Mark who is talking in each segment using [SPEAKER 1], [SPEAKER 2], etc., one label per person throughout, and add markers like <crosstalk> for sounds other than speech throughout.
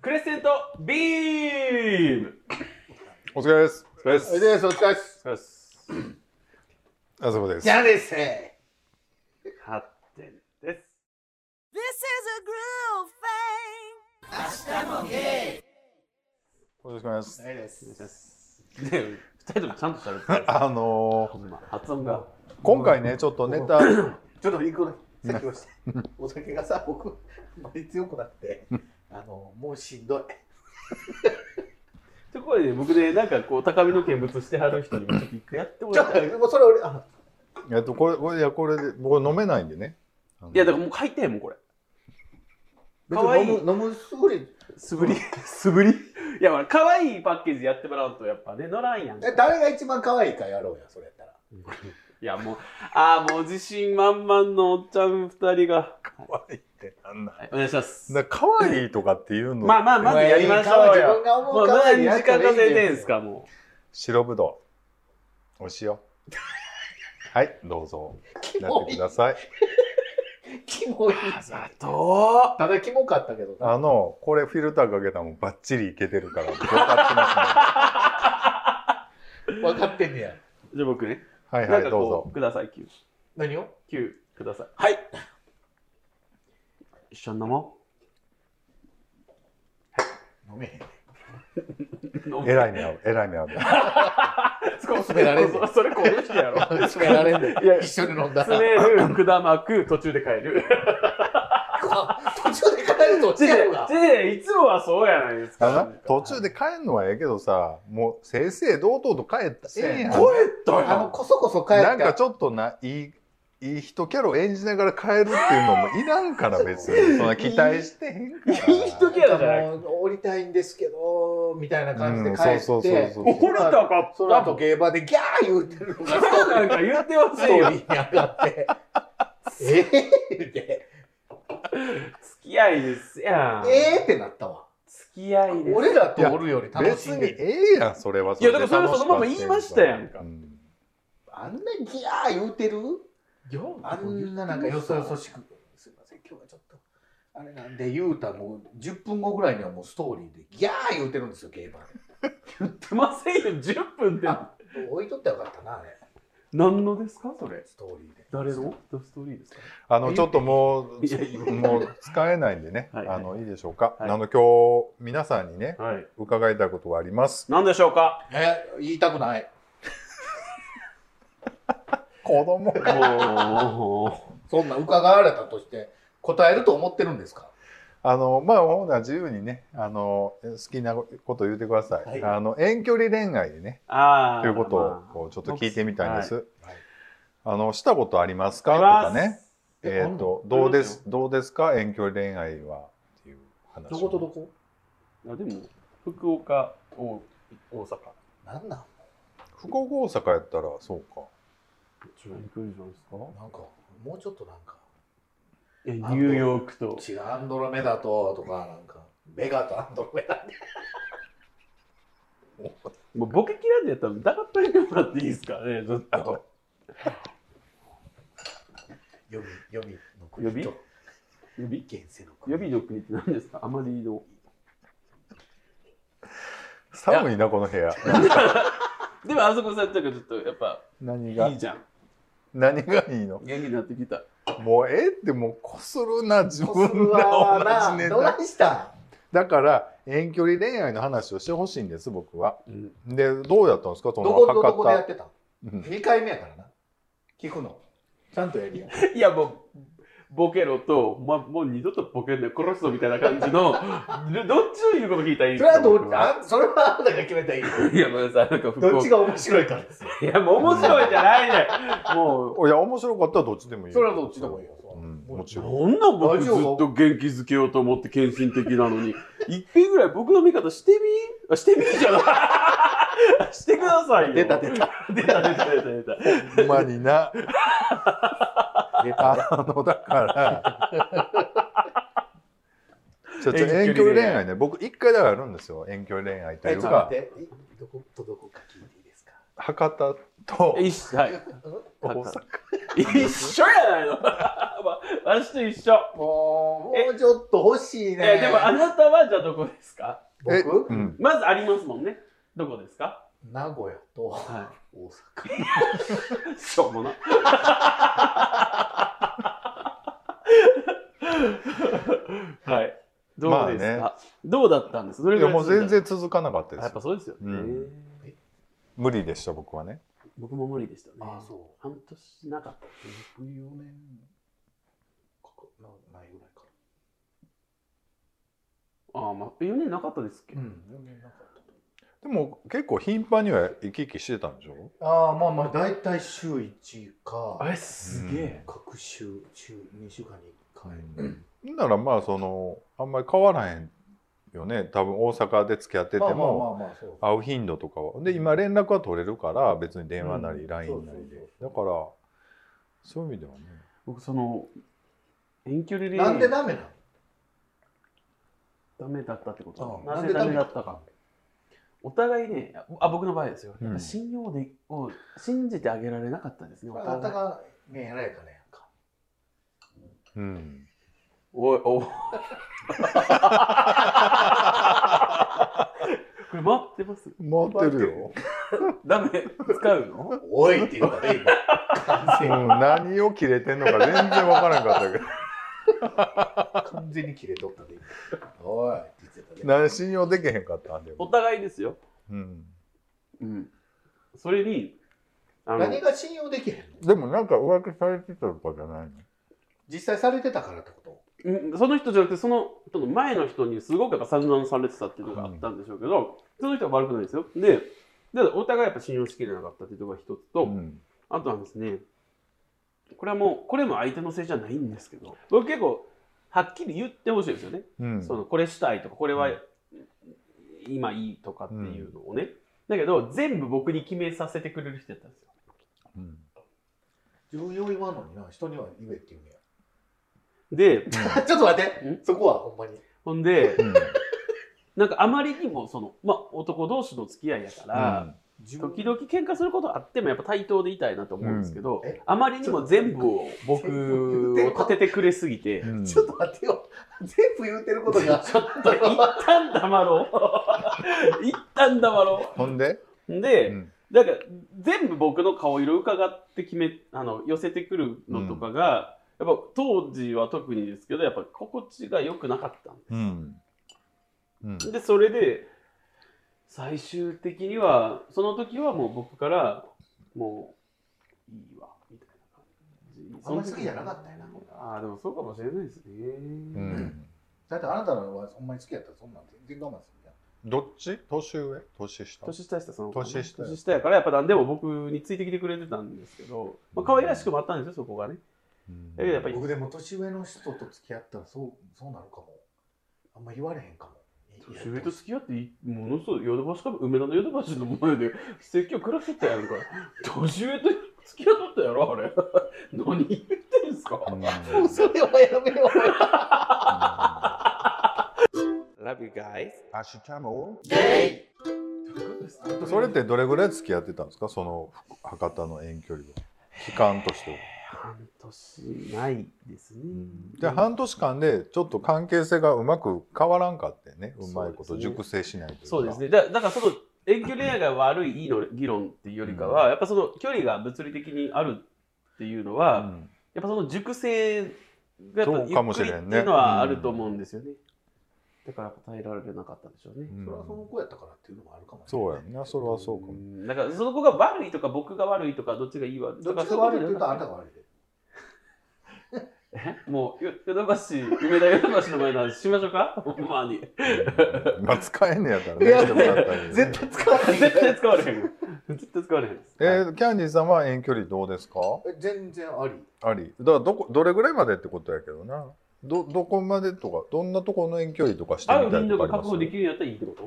[SPEAKER 1] クレッセントビーム
[SPEAKER 2] お疲れです。
[SPEAKER 1] お疲れです
[SPEAKER 3] おいでです、お疲れっす。
[SPEAKER 1] お疲れです
[SPEAKER 2] あそこです
[SPEAKER 3] じ。ゃあですね。
[SPEAKER 1] 8点です
[SPEAKER 4] This is a groove thing.
[SPEAKER 2] よろしくお願いします。
[SPEAKER 3] いです。
[SPEAKER 1] ね二人ともちゃんと喋ってる
[SPEAKER 2] あの
[SPEAKER 1] <laughs> ほんま発音が
[SPEAKER 2] ー、今回ね、ちょっとネタ、
[SPEAKER 3] ちょっと一個ね、さっきまして、お酒がさ、僕、あまり強くなくて、あの、もうしんどい。
[SPEAKER 1] ところで僕ねなんかこう高みの見物してはる人にもちょっと一回やっても
[SPEAKER 3] ちょ
[SPEAKER 1] らっ
[SPEAKER 3] っ
[SPEAKER 1] たい
[SPEAKER 3] と、もうそれ俺、あ、
[SPEAKER 2] えっと、これ、これ、いや、これで、僕飲めないんでね。あの
[SPEAKER 1] いやだからもう書いてんもんこれ
[SPEAKER 3] 別
[SPEAKER 1] かわいい
[SPEAKER 3] に飲む、飲むすぐに、
[SPEAKER 1] 素振り素振りいやほら可愛いパッケージやってもらうとやっぱね乗らんやん
[SPEAKER 3] え、誰が一番可愛いかやろうや、それやったら。
[SPEAKER 1] いやもうああもう自信満々のおっちゃん二人が
[SPEAKER 2] 可愛いってなんなん
[SPEAKER 1] はいお願いします
[SPEAKER 2] だから可愛いとかっていうの、
[SPEAKER 1] まあまあまずやりましょう
[SPEAKER 3] 自
[SPEAKER 1] よ
[SPEAKER 3] 分が
[SPEAKER 1] も
[SPEAKER 3] 思
[SPEAKER 1] う
[SPEAKER 3] う可愛い
[SPEAKER 1] 何
[SPEAKER 3] や
[SPEAKER 1] 時
[SPEAKER 3] つが
[SPEAKER 1] 間
[SPEAKER 3] いい
[SPEAKER 1] 稼い
[SPEAKER 3] だ
[SPEAKER 1] で
[SPEAKER 3] よ
[SPEAKER 1] んすかも
[SPEAKER 2] 白ぶどう、お塩。はい、どうぞ。
[SPEAKER 3] キ
[SPEAKER 2] や
[SPEAKER 3] モ
[SPEAKER 2] って
[SPEAKER 3] い
[SPEAKER 2] く。ださい。
[SPEAKER 3] キモい。
[SPEAKER 1] う砂糖
[SPEAKER 3] ただキモかったけどな。
[SPEAKER 2] あの、これフィルターかけたらもうバッチリいけてる
[SPEAKER 1] <laughs>
[SPEAKER 2] から、よかってま
[SPEAKER 3] 分かってんねや。
[SPEAKER 1] じゃあ僕ね
[SPEAKER 2] すね。は
[SPEAKER 1] ないん
[SPEAKER 2] は
[SPEAKER 1] か
[SPEAKER 2] い、どう
[SPEAKER 1] こう
[SPEAKER 2] ぞ。
[SPEAKER 1] ください9
[SPEAKER 3] 何を
[SPEAKER 1] 九くださいはい一緒に飲も
[SPEAKER 3] 飲めへん。
[SPEAKER 1] う飲もう
[SPEAKER 2] えらい目合う、えらい目合う。
[SPEAKER 1] そ
[SPEAKER 3] 詰められんね
[SPEAKER 1] それこの人やろ
[SPEAKER 3] <laughs> 詰められん
[SPEAKER 1] いや
[SPEAKER 3] で。一緒に飲んだ
[SPEAKER 1] 詰
[SPEAKER 3] ら。
[SPEAKER 1] めるくだまく途中で帰る
[SPEAKER 3] 途中で帰ると落ちてるが。
[SPEAKER 1] でいつもはそうやないです
[SPEAKER 2] あ
[SPEAKER 1] か
[SPEAKER 2] のな <laughs> 途中で帰んのはええけどさ、もう正々堂々と帰ったらええやん。
[SPEAKER 3] せ
[SPEAKER 1] 声ったよ
[SPEAKER 3] あの、こそこそ帰った
[SPEAKER 2] なんかちょっとないいいい人キャラを演じながら変えるっていうのもいらんから別にそんな期待してへんから
[SPEAKER 1] いい人キャラじゃない
[SPEAKER 3] もう降りたいんですけどみたいな感じで帰
[SPEAKER 2] うんそう
[SPEAKER 3] っ
[SPEAKER 2] そうそう
[SPEAKER 3] て
[SPEAKER 2] そう
[SPEAKER 1] 怒りたかった
[SPEAKER 3] その後競馬でギャー言うてるのが
[SPEAKER 1] そうなんか言ってほ
[SPEAKER 3] ス
[SPEAKER 1] し
[SPEAKER 3] ト
[SPEAKER 1] いよ
[SPEAKER 3] ーリーに上がって
[SPEAKER 1] <laughs>
[SPEAKER 3] ええーって
[SPEAKER 1] 付き合いですやん
[SPEAKER 3] ええってなったわ
[SPEAKER 1] 付き合いです
[SPEAKER 3] 俺らとおるより楽し
[SPEAKER 2] 別
[SPEAKER 3] ん
[SPEAKER 2] に
[SPEAKER 3] で
[SPEAKER 2] え
[SPEAKER 3] る
[SPEAKER 2] えやんそれはれで
[SPEAKER 1] いやだからそれそのまま言いましたやんか
[SPEAKER 2] うん
[SPEAKER 3] あんなギャー言うてる
[SPEAKER 1] よ
[SPEAKER 3] あんななんかよそよそしくすいません今日はちょっとあれなんで言うたもう10分後ぐらいにはもうストーリーでギャー言うてるんですよ競馬で
[SPEAKER 1] 言ってませんよ10分って
[SPEAKER 3] あ置いとったらよかったなあれ
[SPEAKER 1] 何のですかそれ
[SPEAKER 3] ストーリーで
[SPEAKER 1] 誰のどストーリーですか
[SPEAKER 2] あのちょっとも
[SPEAKER 1] いやいう
[SPEAKER 2] もう使えないんでね
[SPEAKER 1] <laughs> はいはい
[SPEAKER 2] あのいいでしょうか、
[SPEAKER 1] はい
[SPEAKER 2] あの今日皆さんにね
[SPEAKER 1] はい
[SPEAKER 2] 伺いたいことがあります
[SPEAKER 1] 何でしょうか
[SPEAKER 3] え言いたくない
[SPEAKER 2] 子供が
[SPEAKER 1] も
[SPEAKER 3] そんな伺われたとして答えると思ってるんですか。
[SPEAKER 2] あのまあほな自由にねあの好きなこと言ってください、
[SPEAKER 3] はい
[SPEAKER 2] あの遠距離恋愛でね
[SPEAKER 1] うああ
[SPEAKER 2] ということをこうちょっと聞いてみたいんです。
[SPEAKER 3] はい
[SPEAKER 2] あのしたことありますかと
[SPEAKER 1] あ
[SPEAKER 2] か
[SPEAKER 1] りま
[SPEAKER 2] ね
[SPEAKER 1] す。
[SPEAKER 2] えっ、と
[SPEAKER 1] あんの
[SPEAKER 2] どうですどうですか遠距離恋愛はっていう話を。
[SPEAKER 3] どことどこ？
[SPEAKER 1] あでも福岡大大阪
[SPEAKER 3] なんなん？
[SPEAKER 2] 福岡大阪やったらそうか。
[SPEAKER 1] ちょっと行くんじゃないですか
[SPEAKER 3] なんかもうちょっとなんか
[SPEAKER 1] いや
[SPEAKER 3] あ
[SPEAKER 1] ニューヨークと
[SPEAKER 3] 違うアンドロメダととかなんかベガとアンドロメダ。
[SPEAKER 1] もうボケ切らんでやったらだかっといてもらっていいですかねちょっと
[SPEAKER 3] 予備予備の
[SPEAKER 1] 予備
[SPEAKER 3] 国と
[SPEAKER 1] 予備
[SPEAKER 3] 現世の国。
[SPEAKER 1] 予備の国って何ですかあまりの
[SPEAKER 2] 寒いなこの部屋。
[SPEAKER 1] でもあそこされたからちょっとやっぱ
[SPEAKER 2] 何
[SPEAKER 1] い
[SPEAKER 2] が
[SPEAKER 1] いじゃん
[SPEAKER 2] 何がいいの？
[SPEAKER 1] 元気になってきた
[SPEAKER 2] もうええってもうこするな自
[SPEAKER 3] こする
[SPEAKER 2] 分が
[SPEAKER 3] わ
[SPEAKER 2] 同じネ
[SPEAKER 3] な。ど
[SPEAKER 2] タ。
[SPEAKER 3] ないした？
[SPEAKER 2] だから遠距離恋愛の話をしてほしいんです僕は。
[SPEAKER 1] うん
[SPEAKER 2] でどうやったんですかそ
[SPEAKER 3] ど
[SPEAKER 2] の
[SPEAKER 3] ことどこでやっ
[SPEAKER 2] 博
[SPEAKER 3] てた？
[SPEAKER 2] 多。うん
[SPEAKER 3] 二回目やからな。聞くの。ちゃんとやり <laughs> や。
[SPEAKER 1] いやもうボケろと、ま、もう二度とボケんな殺すぞみたいな感じの <laughs> どどっちの言うこと聞いたらいいん
[SPEAKER 3] そ
[SPEAKER 1] です
[SPEAKER 3] れは
[SPEAKER 1] か
[SPEAKER 3] ど
[SPEAKER 1] 僕
[SPEAKER 3] うあそれはあなたが決め <laughs> たらいいよ。
[SPEAKER 1] いやごめんなさいなんか福
[SPEAKER 3] どっち
[SPEAKER 1] 岡
[SPEAKER 3] が面白いからですよ。
[SPEAKER 1] いやもう面白いじゃないねもう
[SPEAKER 2] いや面白かったらどっちでもいい。
[SPEAKER 3] それはどっちでもいいよ。
[SPEAKER 2] うんもちろん
[SPEAKER 1] なんなん僕
[SPEAKER 3] ラ
[SPEAKER 1] ず
[SPEAKER 3] ジ
[SPEAKER 1] っ
[SPEAKER 3] オが
[SPEAKER 1] と元気づけようと思って献身的なのに、一遍ぐらい僕の味方してみあ、してみじゃない <laughs> してくださいよ。
[SPEAKER 3] 出た出
[SPEAKER 1] た。出た出た出た出た。
[SPEAKER 2] ほんまにな。
[SPEAKER 3] 出た
[SPEAKER 2] あのだ
[SPEAKER 3] <laughs>
[SPEAKER 2] からちょちょ遠距離恋愛ね僕一回だからあるんですよ遠距離恋愛とい
[SPEAKER 3] え
[SPEAKER 2] う
[SPEAKER 3] ちょっと
[SPEAKER 2] か
[SPEAKER 3] 待ってどことどこか聞いていいですか
[SPEAKER 2] 博多と
[SPEAKER 1] <laughs> 一緒、はい、
[SPEAKER 2] 大阪
[SPEAKER 1] <laughs> 一緒やないの <laughs> わ私と一緒。
[SPEAKER 3] もう、もうちょっと欲しいね。
[SPEAKER 1] えーでもあなたはじゃあどこですか
[SPEAKER 2] え
[SPEAKER 3] 僕
[SPEAKER 2] う、ん
[SPEAKER 1] まずありますもんね。どこですか
[SPEAKER 3] 名古屋と
[SPEAKER 1] は
[SPEAKER 3] 大
[SPEAKER 1] い。しょうもな。はい。どうですか、
[SPEAKER 2] ま
[SPEAKER 1] どうだったんですどれ
[SPEAKER 2] い
[SPEAKER 1] ぐ
[SPEAKER 2] や
[SPEAKER 1] らい
[SPEAKER 2] もう全然続かなかった
[SPEAKER 1] あ
[SPEAKER 2] で
[SPEAKER 1] やっ
[SPEAKER 2] す
[SPEAKER 1] ぱそうですよね、
[SPEAKER 2] うん無理でした僕はね
[SPEAKER 1] 僕も無理でしたね。
[SPEAKER 3] 阪。あ、そ
[SPEAKER 1] 半年なかった。
[SPEAKER 3] う。14年かかなないぐらいか
[SPEAKER 1] ああ、まあ、4年なかったですっけ、
[SPEAKER 3] な。うん、4年なかっ
[SPEAKER 2] でも結構頻繁には行き来してたんでしょ
[SPEAKER 3] た。ああ、まあまあ、大体週1か。
[SPEAKER 1] あれすげえ、
[SPEAKER 3] 各週、週2週間に1回。
[SPEAKER 2] んならまあそのあんまり変わらへんよね多分大阪で付き合ってて
[SPEAKER 3] ま
[SPEAKER 2] も、
[SPEAKER 3] あまあまあまあ、そう。
[SPEAKER 2] 会う頻度とかはで今連絡は取れるから別に電話な
[SPEAKER 3] う
[SPEAKER 2] り
[SPEAKER 3] ん
[SPEAKER 2] LINE なりで、
[SPEAKER 3] そうそうそう
[SPEAKER 2] だからそういう意味ではね
[SPEAKER 1] 僕その遠距離恋
[SPEAKER 3] なん
[SPEAKER 1] 愛
[SPEAKER 3] でダメなの
[SPEAKER 1] ダメだったってこと、
[SPEAKER 3] うん
[SPEAKER 1] なぜダメだったか。お互いね、あ僕の場合ですよ、
[SPEAKER 2] うん
[SPEAKER 1] やっぱ信用でを信じてあげられなかったんですね、お
[SPEAKER 3] これあ
[SPEAKER 1] 互
[SPEAKER 3] んた
[SPEAKER 1] い。
[SPEAKER 3] が、ね、やらやかね。
[SPEAKER 2] うん
[SPEAKER 1] おい、おい <laughs> これ待ってます。
[SPEAKER 2] 回ってるよ、
[SPEAKER 1] ダメ、使うの
[SPEAKER 3] おいって言うのがね、今。完
[SPEAKER 2] う
[SPEAKER 3] 全
[SPEAKER 2] ん、何を切れてんのか全然わからんかったけど
[SPEAKER 3] 完全に切れとっ
[SPEAKER 2] <laughs>
[SPEAKER 3] たで、今おいって言ってたね。
[SPEAKER 2] 何信用できへんかったんで
[SPEAKER 1] お
[SPEAKER 2] も、
[SPEAKER 1] 互いですよ。
[SPEAKER 2] うん、
[SPEAKER 1] うん。それに、あの
[SPEAKER 3] 何、が信用できへんの
[SPEAKER 2] でもなんか浮気されてたとかじゃないの
[SPEAKER 3] 実際されてたからってこと
[SPEAKER 1] うんその人じゃなくて、その人の前の人にすごくやっぱ散々されてたっていうのがあったんでしょうけど、その人は悪くないですよ。で、でお互いやっぱ信用しきれなかったっていうのが一つと、
[SPEAKER 2] うん
[SPEAKER 1] あとはですね、これはもう、これも相手のせいじゃないんですけど、僕結構、はっきり言ってほしいですよね。
[SPEAKER 2] うん
[SPEAKER 1] そのこれしたいとか、これは
[SPEAKER 2] うん
[SPEAKER 1] 今いいとかっていうのをね。だけど、全部僕に決めさせてくれる人やったんですよ。
[SPEAKER 2] うん
[SPEAKER 3] 自分よう言わんのにな、人には言えって言うんや。
[SPEAKER 1] で、
[SPEAKER 3] <laughs> ちょっと待って、
[SPEAKER 1] ん
[SPEAKER 3] そこはほんまに。
[SPEAKER 1] ほんで
[SPEAKER 2] う、ん
[SPEAKER 1] なんかあまりにも、その、まあ、男同士の付き合いやから、
[SPEAKER 3] 時
[SPEAKER 1] 時々喧嘩することあっても、やっぱ対等でいたいなと思うんですけど、
[SPEAKER 3] うんえ
[SPEAKER 1] あまりにも全部を僕を立ててくれすぎて、
[SPEAKER 2] うん
[SPEAKER 3] ちょっと待ってよ、全部言ってることが、
[SPEAKER 1] ちょっと一旦黙ろう <laughs> 一旦黙ろ
[SPEAKER 2] ほんで、
[SPEAKER 1] う
[SPEAKER 2] う
[SPEAKER 1] で、
[SPEAKER 2] ん
[SPEAKER 1] なんか全部僕の顔色伺って決めあの寄せてくるのとかが、やっぱ当時は特にですけどやっぱ心地が良くなかったんで
[SPEAKER 2] うんうん
[SPEAKER 1] すでそれで最終的にはその時はもう僕からもういいわみたいな感じ
[SPEAKER 3] あんまり好きじゃなかったよな。
[SPEAKER 1] ああでもそうかもしれないですね、
[SPEAKER 2] うん
[SPEAKER 3] だってあなたのはほんまに好きやったらそんなん全然我慢するやん。
[SPEAKER 2] どっち年上年下
[SPEAKER 1] 年下やしたその子
[SPEAKER 2] 年下や
[SPEAKER 1] 年下やからやっぱ何でも僕についてきてくれてたんですけど、まあ可愛らしくもあったんですよそこがね
[SPEAKER 2] うん
[SPEAKER 1] だけどやっぱり
[SPEAKER 3] 僕でも年上の人と付き合ったらそうそうなるかも。あんま言われへんかも。
[SPEAKER 1] 年上と付き合っていものすごいヨドバシか梅田のヨドバシの前で説教食らしてたやんか <laughs> 年上と付き合っとったやろあれ <laughs> 何言ってんすか
[SPEAKER 2] うん
[SPEAKER 3] もう <laughs> それはやめよう。
[SPEAKER 1] Love you guys
[SPEAKER 2] アッシュチャム
[SPEAKER 1] そ
[SPEAKER 2] そ
[SPEAKER 1] れ
[SPEAKER 2] れっ
[SPEAKER 1] って
[SPEAKER 2] てどれぐらい付き合ってたんですかその博多の遠距離は期間としては
[SPEAKER 1] 半年ないですね
[SPEAKER 2] じゃあ半年間でちょっと関係性がうまく変わらんかってねうまいこ
[SPEAKER 1] そ
[SPEAKER 2] と
[SPEAKER 1] うですね
[SPEAKER 2] 熟成しないというか
[SPEAKER 1] そうですねだだからその遠距離恋愛が悪いいいの議論っていうよりかは、やっぱその距離が物理的にあるっていうの
[SPEAKER 2] う
[SPEAKER 1] は、
[SPEAKER 2] ん
[SPEAKER 1] やっぱその熟成がやっぱ
[SPEAKER 2] そうかもしれんね
[SPEAKER 1] ゆっくりっていうのはあると思うんですよね。だからやっぱ耐えられなかったんでしょうね。
[SPEAKER 2] うん
[SPEAKER 3] それはその子やったからっていうのもあるかもね。
[SPEAKER 2] そうやんなそれはそうかも
[SPEAKER 1] んだからその子が悪いとか僕が悪いとかどっちがいいわ
[SPEAKER 3] ど
[SPEAKER 1] と
[SPEAKER 3] っ
[SPEAKER 1] か
[SPEAKER 3] ちが悪いって
[SPEAKER 1] そうい
[SPEAKER 3] 言
[SPEAKER 1] ううことと
[SPEAKER 3] あ
[SPEAKER 1] は
[SPEAKER 3] ん
[SPEAKER 1] な
[SPEAKER 3] た
[SPEAKER 1] か
[SPEAKER 3] が悪いで。
[SPEAKER 1] ったもうよヨドバシ梅田ヨドバシの前の話しましょうかほんまに。 <laughs>
[SPEAKER 2] うんまあ使えんねやったら
[SPEAKER 3] い
[SPEAKER 2] ね
[SPEAKER 3] や
[SPEAKER 2] してもらったり
[SPEAKER 3] 絶対使わない。
[SPEAKER 1] 絶対使われへん。絶対使われへんです。
[SPEAKER 2] えーキャンディーさんは遠距離どうですか
[SPEAKER 3] え全然あり。
[SPEAKER 2] ありだからどこどれぐらいまでってことやけどなどどこまでとかどんなとこの遠距離とかして
[SPEAKER 1] あ
[SPEAKER 2] み
[SPEAKER 1] る
[SPEAKER 2] たい
[SPEAKER 1] 頻度
[SPEAKER 2] とか
[SPEAKER 1] が
[SPEAKER 2] ありま
[SPEAKER 1] 確
[SPEAKER 2] す
[SPEAKER 1] 保できるんやったらいいってこと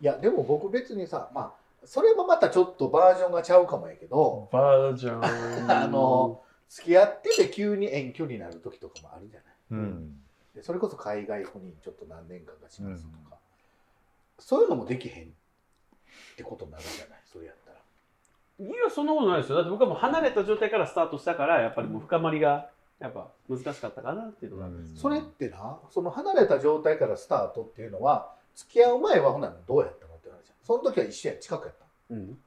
[SPEAKER 3] いやでも僕別にさまあそれもまたちょっとバージョンがちゃうかもやけど
[SPEAKER 1] バージョン
[SPEAKER 3] <laughs> あの付き合ってて急に遠距離になる時とかもあるじゃない
[SPEAKER 2] うん
[SPEAKER 3] でそれこそ海外赴任ちょっと何年間かしますとか、そういうのもできへんってことになるじゃないそれやったら
[SPEAKER 1] いや、そんなことないですよ。だって僕はもう離れた状態からスタートしたから、やっぱりもう深まりが、やっぱ難しかったかなっていうのが。
[SPEAKER 3] それってなその離れた状態からスタートっていうのは付き合う前はほなどうやったのって話じゃんその時は一緒や近くやった
[SPEAKER 1] うん。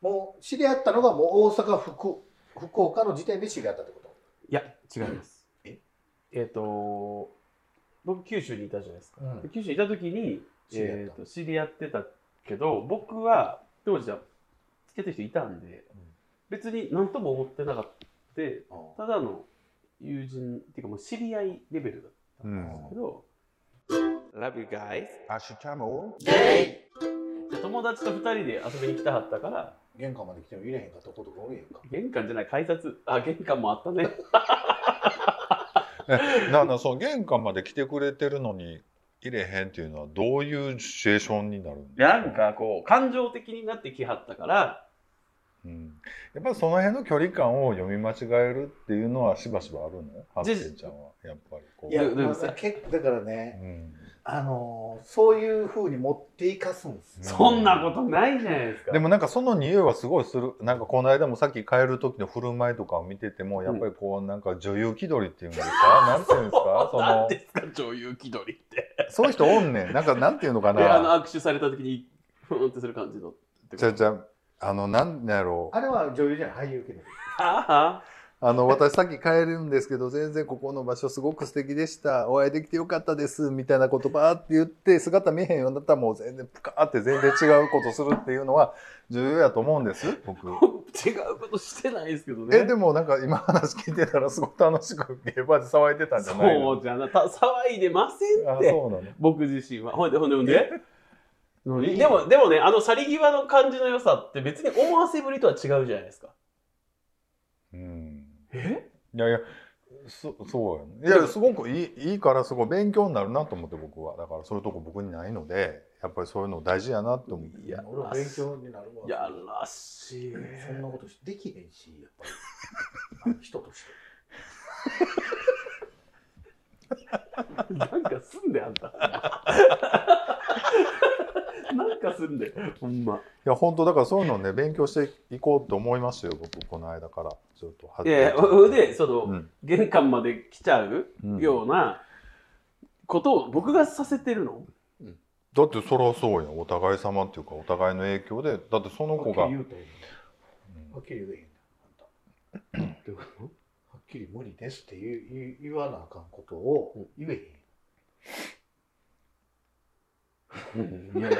[SPEAKER 3] もう知り合ったのがもう大阪福福岡の時点で知り合ったってこと
[SPEAKER 1] いや、違います。
[SPEAKER 3] え
[SPEAKER 1] えっ、と、僕、九州にいたじゃないですか。
[SPEAKER 3] うん
[SPEAKER 1] 九州にいた時に、
[SPEAKER 3] 知り合った
[SPEAKER 1] えーと知り合ってたけど、僕は当時はつけてる人いたんで、
[SPEAKER 3] うん
[SPEAKER 1] 別に何とも思ってなかった。ただの友人っていうかもう知り合いレベルだったんですけど、Love you guys.
[SPEAKER 2] アッシュチャム
[SPEAKER 3] ゲ
[SPEAKER 1] で友達と2人で遊びに来たはったから、
[SPEAKER 3] イ玄関まで来ても入れへんかったことが多いやんか
[SPEAKER 1] 玄関じゃない、改札、あ、玄関もあったね。
[SPEAKER 2] <laughs> なんだその玄関まで来てくれてるのに入れへんっていうのはどういうシチュエーションになるんですか
[SPEAKER 1] なんかこう、感情的になってきはったから、
[SPEAKER 2] うん、やっぱりその辺の距離感を読み間違えるっていうのはしばしばあるのハッセンちゃんはやっぱりこう。
[SPEAKER 3] いや
[SPEAKER 1] ででも
[SPEAKER 3] まあ結構だからね
[SPEAKER 2] うん
[SPEAKER 3] あのーそういうふうに持っていかすんですよ
[SPEAKER 1] そんなことないじゃないですか。
[SPEAKER 2] でもなんかその匂いはすごいするなんかこの間もさっき帰る時の振る舞いとかを見ててもやっぱりこうなんか女優気取りっていうんですかなんていうんですかそ
[SPEAKER 1] 何
[SPEAKER 2] の
[SPEAKER 1] ですか女優気取りって。
[SPEAKER 2] そういう人おんねんなんかなんていうのか
[SPEAKER 1] であの
[SPEAKER 2] な
[SPEAKER 1] 握手された時にふーんってする感じの。
[SPEAKER 2] じゃじゃあのなんだろう
[SPEAKER 3] あれは女優じゃない俳優けど
[SPEAKER 1] あ
[SPEAKER 2] あの私さっき帰るんですけど全然ここの場所すごく素敵でしたお会いできてよかったですみたいなことばーって言って姿見えへんようになったらもう全然プカーって全然違うことするっていうのは重要やと思うんです <laughs> 僕。
[SPEAKER 1] あ、違うことしてないですけどね。
[SPEAKER 2] えでもなんか今話聞いてたらすごく楽しくゲーバーで騒いでたんじゃない
[SPEAKER 1] そ
[SPEAKER 2] の
[SPEAKER 1] うじゃな、た騒いでません
[SPEAKER 2] あ
[SPEAKER 1] っ
[SPEAKER 2] そうな
[SPEAKER 1] て、
[SPEAKER 2] の
[SPEAKER 1] 僕自身は。ほんで、ほんで、ほんで。でも、でもね、あの去り際の感じの良さって別に思わせぶりとは違うじゃないですか。
[SPEAKER 2] うん
[SPEAKER 1] え
[SPEAKER 2] いやいやそそうやねいやすごくいいいいからすごい勉強になるなと思って僕はだからそういうとこ僕にないのでやっぱりそういうの大事やなって思って
[SPEAKER 1] いや
[SPEAKER 3] 俺は勉強になるわ
[SPEAKER 1] やらしい。
[SPEAKER 3] そんなことしできへんしやっ
[SPEAKER 1] <laughs>
[SPEAKER 3] ぱりあの人として
[SPEAKER 1] なんかすんで、あん <laughs> た。なんかすんで、ほんま。
[SPEAKER 2] いや本当だからそういうのをね勉強していこうと思いましたよ僕この間からずっと
[SPEAKER 1] いやいや、ほんで、その、
[SPEAKER 2] うん
[SPEAKER 1] 玄関まで来ちゃう
[SPEAKER 2] うん
[SPEAKER 1] ようなことを僕がさせてるの、
[SPEAKER 2] だってそりゃそうやんお互い様っていうかお互いの影響でだってその
[SPEAKER 3] は
[SPEAKER 2] 子
[SPEAKER 3] っきり
[SPEAKER 2] が
[SPEAKER 3] 言うとはっきり言えへんねんあんたはっきり無理ですって言う言う言わなあかんことを言えへん
[SPEAKER 1] いやいや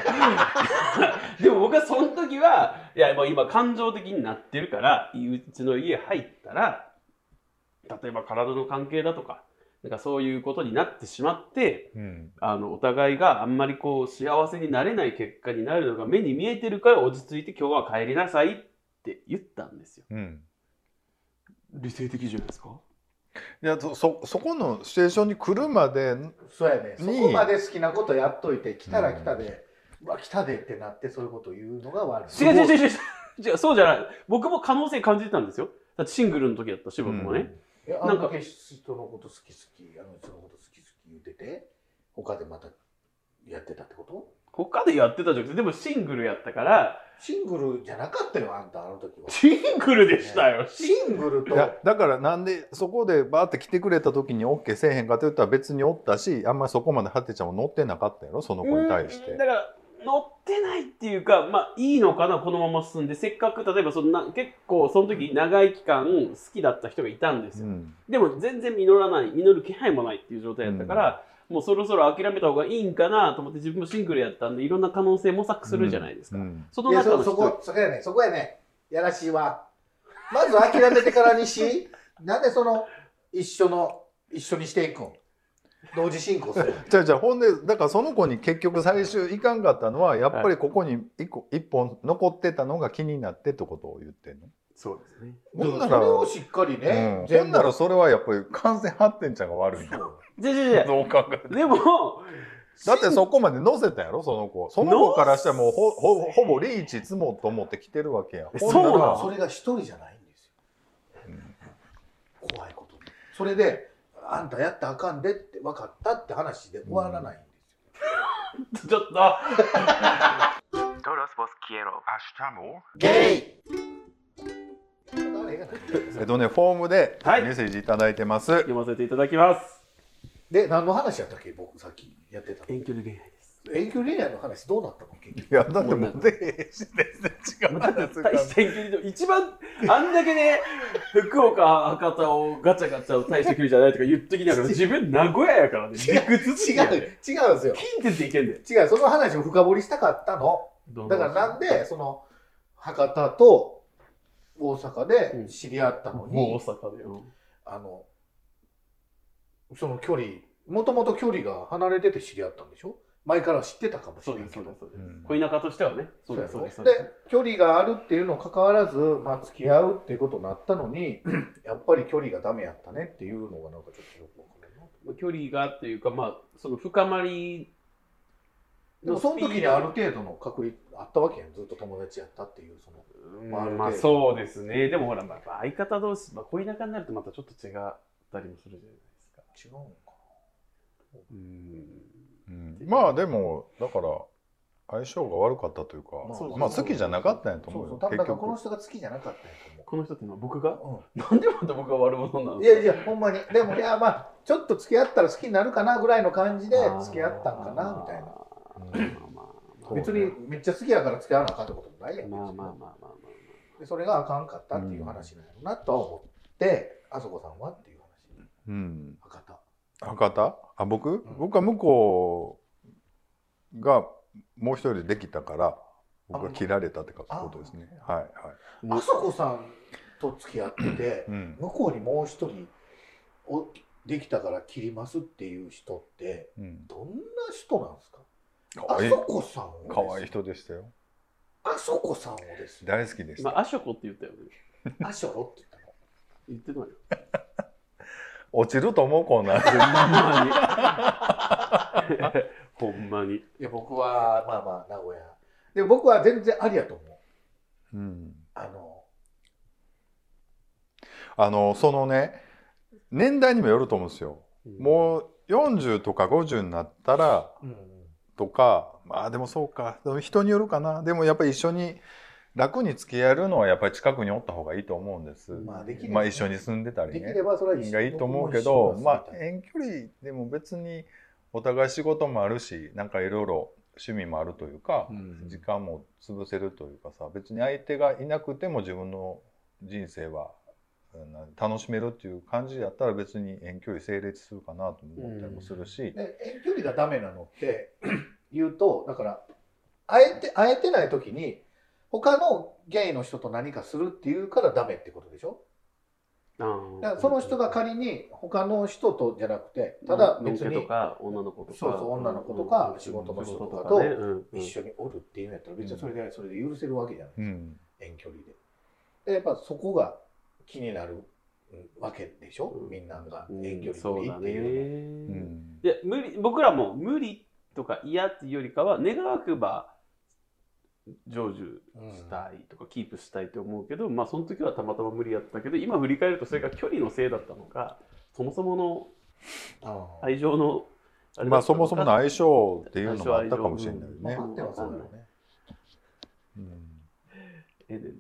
[SPEAKER 1] <laughs> でも僕はその時はいやもう今感情的になってるからうちの家入ったら例えば体の関係だとかなんかそういうことになってしまって
[SPEAKER 2] うん
[SPEAKER 1] あのお互いがあんまりこう幸せになれない結果になるのが目に見えてるから落ち着いて今日は帰りなさいって言ったんですよ。
[SPEAKER 2] うん
[SPEAKER 1] 理性的じゃないですか
[SPEAKER 2] いやそそそこのシチュエーションに来るまで
[SPEAKER 3] そうやねそ
[SPEAKER 2] に
[SPEAKER 3] こまで好きなことやっといて来たら来たで、うわ来たでってなってそういうこと言うのが悪い
[SPEAKER 1] 違う違う違う違う違うそうじゃない僕も可能性感じてたんですよだってシングルの時だったし僕もね、
[SPEAKER 3] いやあ
[SPEAKER 1] なん
[SPEAKER 3] ん
[SPEAKER 1] か
[SPEAKER 3] だけ人のこと好き好きあの人のこと好き好き言うてて他でまたやってたってこと
[SPEAKER 1] 他でやってたじゃなくてでもシングルやったから
[SPEAKER 3] シングルじゃなかったよあんたあの時は
[SPEAKER 1] シングルでしたよ、シン
[SPEAKER 3] シングルと
[SPEAKER 2] いやだからなんでそこでバーって来てくれた時に OK せえへんかって言ったら別におったしあんまりそこまでハテちゃんも乗ってなかったやろその子に対して
[SPEAKER 1] うんだから乗ってないっていうかまあいいのかなこのまま進んでせっかく例えばそんな結構その時長い期間好きだった人がいたんですよ、
[SPEAKER 2] うん
[SPEAKER 1] でも全然実らない実る気配もないっていう状態やったから、もうそろそろ諦めた方がいいんかなと思って自分もシングルやったんでいろんな可能性模索するじゃないですか、
[SPEAKER 2] うん
[SPEAKER 1] その
[SPEAKER 3] いや
[SPEAKER 1] 中の一人
[SPEAKER 3] そそこそこやねそこやねやらしいわまず諦めてからにしなんでその一緒の一緒にしていくん同時進行する
[SPEAKER 2] じゃあじゃあほんでだからその子に結局最終いかんかったのはやっぱりここに一個一本残ってたのが気になってってことを言ってんの
[SPEAKER 1] そうですね
[SPEAKER 2] ほんな
[SPEAKER 3] そ
[SPEAKER 2] ら
[SPEAKER 3] れをしっかりね、
[SPEAKER 2] うん、ほ
[SPEAKER 3] 全
[SPEAKER 2] ん
[SPEAKER 3] 部
[SPEAKER 2] ならそれはやっぱり完全発展ちゃんが悪いんだ
[SPEAKER 3] そう
[SPEAKER 1] じゃじゃじゃ
[SPEAKER 2] どう考えて
[SPEAKER 1] <laughs>
[SPEAKER 2] も
[SPEAKER 1] でも、
[SPEAKER 2] だってそこまで乗せたやろその子その子からしてもうほほほぼリーチ積もうと思って来てるわけや
[SPEAKER 1] えそう
[SPEAKER 2] ほんなら
[SPEAKER 1] なの
[SPEAKER 3] それが一人じゃないんですよ、怖いことにそれであんたやったらあかんでって分かったって話で終わらないんですよ、
[SPEAKER 1] ちょっと。
[SPEAKER 2] Todos vos quiero. Hasta luego.
[SPEAKER 3] ゲイ
[SPEAKER 2] えっとね、フォームでメ
[SPEAKER 1] はい
[SPEAKER 2] ッセージいただいてます。
[SPEAKER 1] 読ませていただきます。
[SPEAKER 3] で、何の話やったっけ僕、さっきやってた。
[SPEAKER 1] 遠距離恋愛です。
[SPEAKER 3] 遠距離恋愛の話どうなったの結局。
[SPEAKER 2] いや、だってもうで、全然違う話が
[SPEAKER 1] 大して遠距離で一番あんだけね福岡博多をガチャガチャを大して距離じゃないとか言っときなが
[SPEAKER 3] <laughs>
[SPEAKER 1] ら自分名古屋やからね
[SPEAKER 3] 違う、違う、違うんで
[SPEAKER 1] つ
[SPEAKER 3] す
[SPEAKER 1] きやね
[SPEAKER 3] よ。
[SPEAKER 1] 近鉄で行けんだよ
[SPEAKER 3] 違う、その話を深掘りしたかったの。だからなんで、その、博多と大阪で知り合ったのに、
[SPEAKER 1] もう大阪でよ
[SPEAKER 3] あの、その距離、もともと距離が離れてて知り合ったんでしょ前から知ってたかもし
[SPEAKER 1] そう
[SPEAKER 3] れな
[SPEAKER 1] で
[SPEAKER 3] い
[SPEAKER 1] す
[SPEAKER 3] け
[SPEAKER 1] そうです。
[SPEAKER 3] ど
[SPEAKER 1] そうで
[SPEAKER 2] う
[SPEAKER 1] す
[SPEAKER 2] ん
[SPEAKER 1] 恋仲としてはねそうですそ
[SPEAKER 3] そ
[SPEAKER 1] うう
[SPEAKER 3] や
[SPEAKER 1] です
[SPEAKER 3] ろ
[SPEAKER 1] そう
[SPEAKER 3] で
[SPEAKER 1] です
[SPEAKER 3] 距離があるっていうのかかわらず、まあ、付き合うっていうことになったのに <clears throat> やっぱり距離がダメやったねっていうのがなんかちょっとよくわかるな
[SPEAKER 1] 距離がっていうかまあその深まり
[SPEAKER 3] でもその時にある程度の確率あったわけやんずっと友達やったっていうその
[SPEAKER 1] うん
[SPEAKER 3] まあある程度
[SPEAKER 1] まあそうですねでもほらまあ相方同士まあ恋仲になるとまたちょっと違ったりもするじゃないですか
[SPEAKER 3] 違うのか
[SPEAKER 1] うん
[SPEAKER 2] うんまあでも、だから、相性が悪かったというか
[SPEAKER 3] まあ、
[SPEAKER 2] まあ好きじゃなかったんやと
[SPEAKER 3] な
[SPEAKER 2] 思
[SPEAKER 3] そう
[SPEAKER 2] よ
[SPEAKER 3] うそう多。分だ
[SPEAKER 2] 結
[SPEAKER 3] からこの
[SPEAKER 2] 局。
[SPEAKER 3] 人が好きじゃなかったんやと思
[SPEAKER 1] この人っていうのは僕が
[SPEAKER 3] う、
[SPEAKER 1] なんでまた僕が悪者なの
[SPEAKER 3] うんいやいやほんまにでもいやまあちょっと付き合ったら好きになるかなぐらいの感じで付き合ったんかなみたいな
[SPEAKER 2] うん
[SPEAKER 1] まあまあまあ
[SPEAKER 3] 別にめっちゃ好きやから付き合わなあかんってこともないやん
[SPEAKER 1] まあまあまあまあまあま
[SPEAKER 3] でそれがあかんかったっていう話なんやろなとは思って、あそこさんはっていう話
[SPEAKER 2] うん。
[SPEAKER 3] 博多
[SPEAKER 2] 博多あ、僕
[SPEAKER 3] ん
[SPEAKER 2] 僕は向こうがもう一人できたから、僕
[SPEAKER 3] あ
[SPEAKER 2] は切られたってことですね。はいはい。
[SPEAKER 1] あ
[SPEAKER 3] あそこさんと付き合ってて
[SPEAKER 2] うん。
[SPEAKER 3] 向こうにもう一人おできたから切りますっていう人って
[SPEAKER 2] うん。
[SPEAKER 3] どんな人なんですか
[SPEAKER 2] か
[SPEAKER 3] あ
[SPEAKER 2] わいい
[SPEAKER 3] そ。こさんを
[SPEAKER 2] かわいい
[SPEAKER 3] です
[SPEAKER 2] 人でしたよ。
[SPEAKER 3] あそこさんをです
[SPEAKER 2] 大好きでし
[SPEAKER 1] あま
[SPEAKER 2] た。
[SPEAKER 1] あアショコって言ったよね
[SPEAKER 3] あしょろって言った
[SPEAKER 1] 言
[SPEAKER 3] の
[SPEAKER 1] ってないよ
[SPEAKER 2] 落ちると思う、こんなん。
[SPEAKER 1] ほんまに
[SPEAKER 3] いや僕はまあまあ名古屋で僕は全然ありや <laughs> と思う
[SPEAKER 2] うん。
[SPEAKER 3] あの
[SPEAKER 2] あの、そのね、年代にもよると思うんですよ。
[SPEAKER 1] ほんまに
[SPEAKER 2] もう40とか50になったら
[SPEAKER 3] うん
[SPEAKER 2] とかまあでもそうかでも人によるかなでもやっぱり一緒に楽に付き合えるのはやっぱり近くにおった方がいいと思うんです、
[SPEAKER 3] ま
[SPEAKER 2] ま
[SPEAKER 3] あできれ
[SPEAKER 2] あ、
[SPEAKER 3] ば
[SPEAKER 2] 一緒に住んでたり
[SPEAKER 3] でき
[SPEAKER 2] ね
[SPEAKER 3] ればそれは
[SPEAKER 2] がいいと思うけどまあ遠距離でも別にお互い仕事もあるしなんかいろいろ趣味もあるというか、
[SPEAKER 3] うん
[SPEAKER 2] 時間も潰せるというかさ別に相手がいなくても自分の人生はうんな楽しめるっていう感じやったら別に遠距離成立するかなと思ったりもするし、
[SPEAKER 3] で遠距離がダメなのって <clears throat> 言うとだから会えて会えてない時に他のゲイの人と何かするっていうからダメってことでしょ
[SPEAKER 1] あー
[SPEAKER 3] だからその人が仮に他の人とじゃなくて
[SPEAKER 1] うん
[SPEAKER 3] ただ別
[SPEAKER 1] ノンケ
[SPEAKER 3] に
[SPEAKER 1] とか女の子とか
[SPEAKER 3] そうそう女の子とか仕事の人とかと
[SPEAKER 1] ねうんうん
[SPEAKER 3] 一緒におるっていうんやったら別にそれでそれで許せるわけじゃない
[SPEAKER 2] うん
[SPEAKER 3] 遠距離で。でやっぱそこが気になるうんわけでしょ
[SPEAKER 1] うん
[SPEAKER 3] みんなが
[SPEAKER 1] うん
[SPEAKER 3] 遠距離
[SPEAKER 1] そ
[SPEAKER 3] 無
[SPEAKER 1] う
[SPEAKER 3] 理
[SPEAKER 1] だ
[SPEAKER 3] っていうの
[SPEAKER 2] う
[SPEAKER 1] ね
[SPEAKER 2] ん
[SPEAKER 1] いや無理僕らも無理とか嫌っていうよりかは願わくば成就したいとかキープしたいと思うけど、まあその時はたまたま無理やったけど今振り返るとそれが距離のせいだったのかそもそもの
[SPEAKER 3] がうん
[SPEAKER 1] 愛情のあれだったのか
[SPEAKER 2] まあそもそもの相性っていうのもあったかもしれないよね
[SPEAKER 3] まあ。あってはそうだよね。
[SPEAKER 2] うん
[SPEAKER 1] ええねえね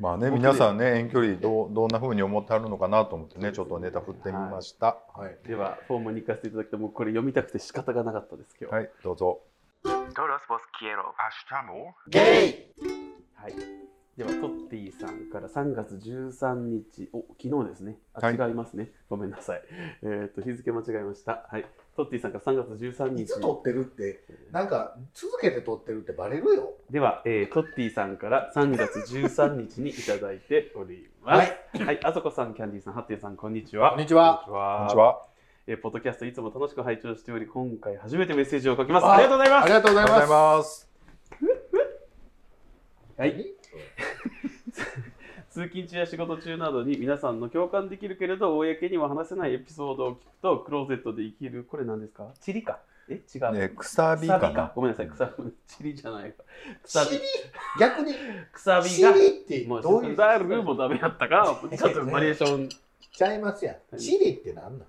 [SPEAKER 2] まあね
[SPEAKER 1] 僕ね
[SPEAKER 2] 皆さんね遠距離どうどんな風に思ってはるのかなと思ってねちょっとネタ振ってみました。
[SPEAKER 3] はい
[SPEAKER 1] ではフォームに行かせていただきてもうこれ読みたくて仕方がなかったです今日、
[SPEAKER 2] はいどうぞ。
[SPEAKER 3] ゲイ
[SPEAKER 1] はいではトッティさんから3月13日お昨日ですねあ、
[SPEAKER 2] はい
[SPEAKER 1] 違いますねごめんなさい <laughs> えーっと日付間違えましたはいトッティさんから3月13日
[SPEAKER 3] いつ撮ってるって、なんか続けて撮ってるってバレるよ。
[SPEAKER 1] では、えートッティさんから3月13日にいただいております。はい、あそこさん、キャンディーさん、ハッティさん、こんにちは。
[SPEAKER 3] こんにちは
[SPEAKER 1] こんにちは
[SPEAKER 2] こんにちは。
[SPEAKER 1] えーポッドキャストいつも楽しく拝聴しており、今回初めてメッセージを書きます。
[SPEAKER 3] あ
[SPEAKER 1] ありがとうござい
[SPEAKER 3] あ
[SPEAKER 1] ま
[SPEAKER 3] り
[SPEAKER 1] す。
[SPEAKER 3] がとうご
[SPEAKER 2] お
[SPEAKER 3] ざい
[SPEAKER 2] はようござ
[SPEAKER 3] ま
[SPEAKER 2] い
[SPEAKER 3] す。
[SPEAKER 2] ます。
[SPEAKER 1] はい、通勤中や仕事中などに皆さんの共感できるけれど、公には話せないエピソードを聞くと、クローゼットで生きる、これ何ですかチリか。え違う。
[SPEAKER 2] ねくさ
[SPEAKER 1] く
[SPEAKER 2] び
[SPEAKER 1] さ
[SPEAKER 2] か
[SPEAKER 1] び
[SPEAKER 2] な
[SPEAKER 1] か。。ごめんなさい、くさび、チリじゃないか。くさ
[SPEAKER 3] シ
[SPEAKER 1] び
[SPEAKER 3] リ、逆に、
[SPEAKER 1] くさび
[SPEAKER 3] シ
[SPEAKER 1] が。
[SPEAKER 3] リって
[SPEAKER 1] も、
[SPEAKER 3] どういうう
[SPEAKER 1] ダルもダメやったから、ちょっとバリエーション。
[SPEAKER 3] ちゃいますやん。シリってなんなん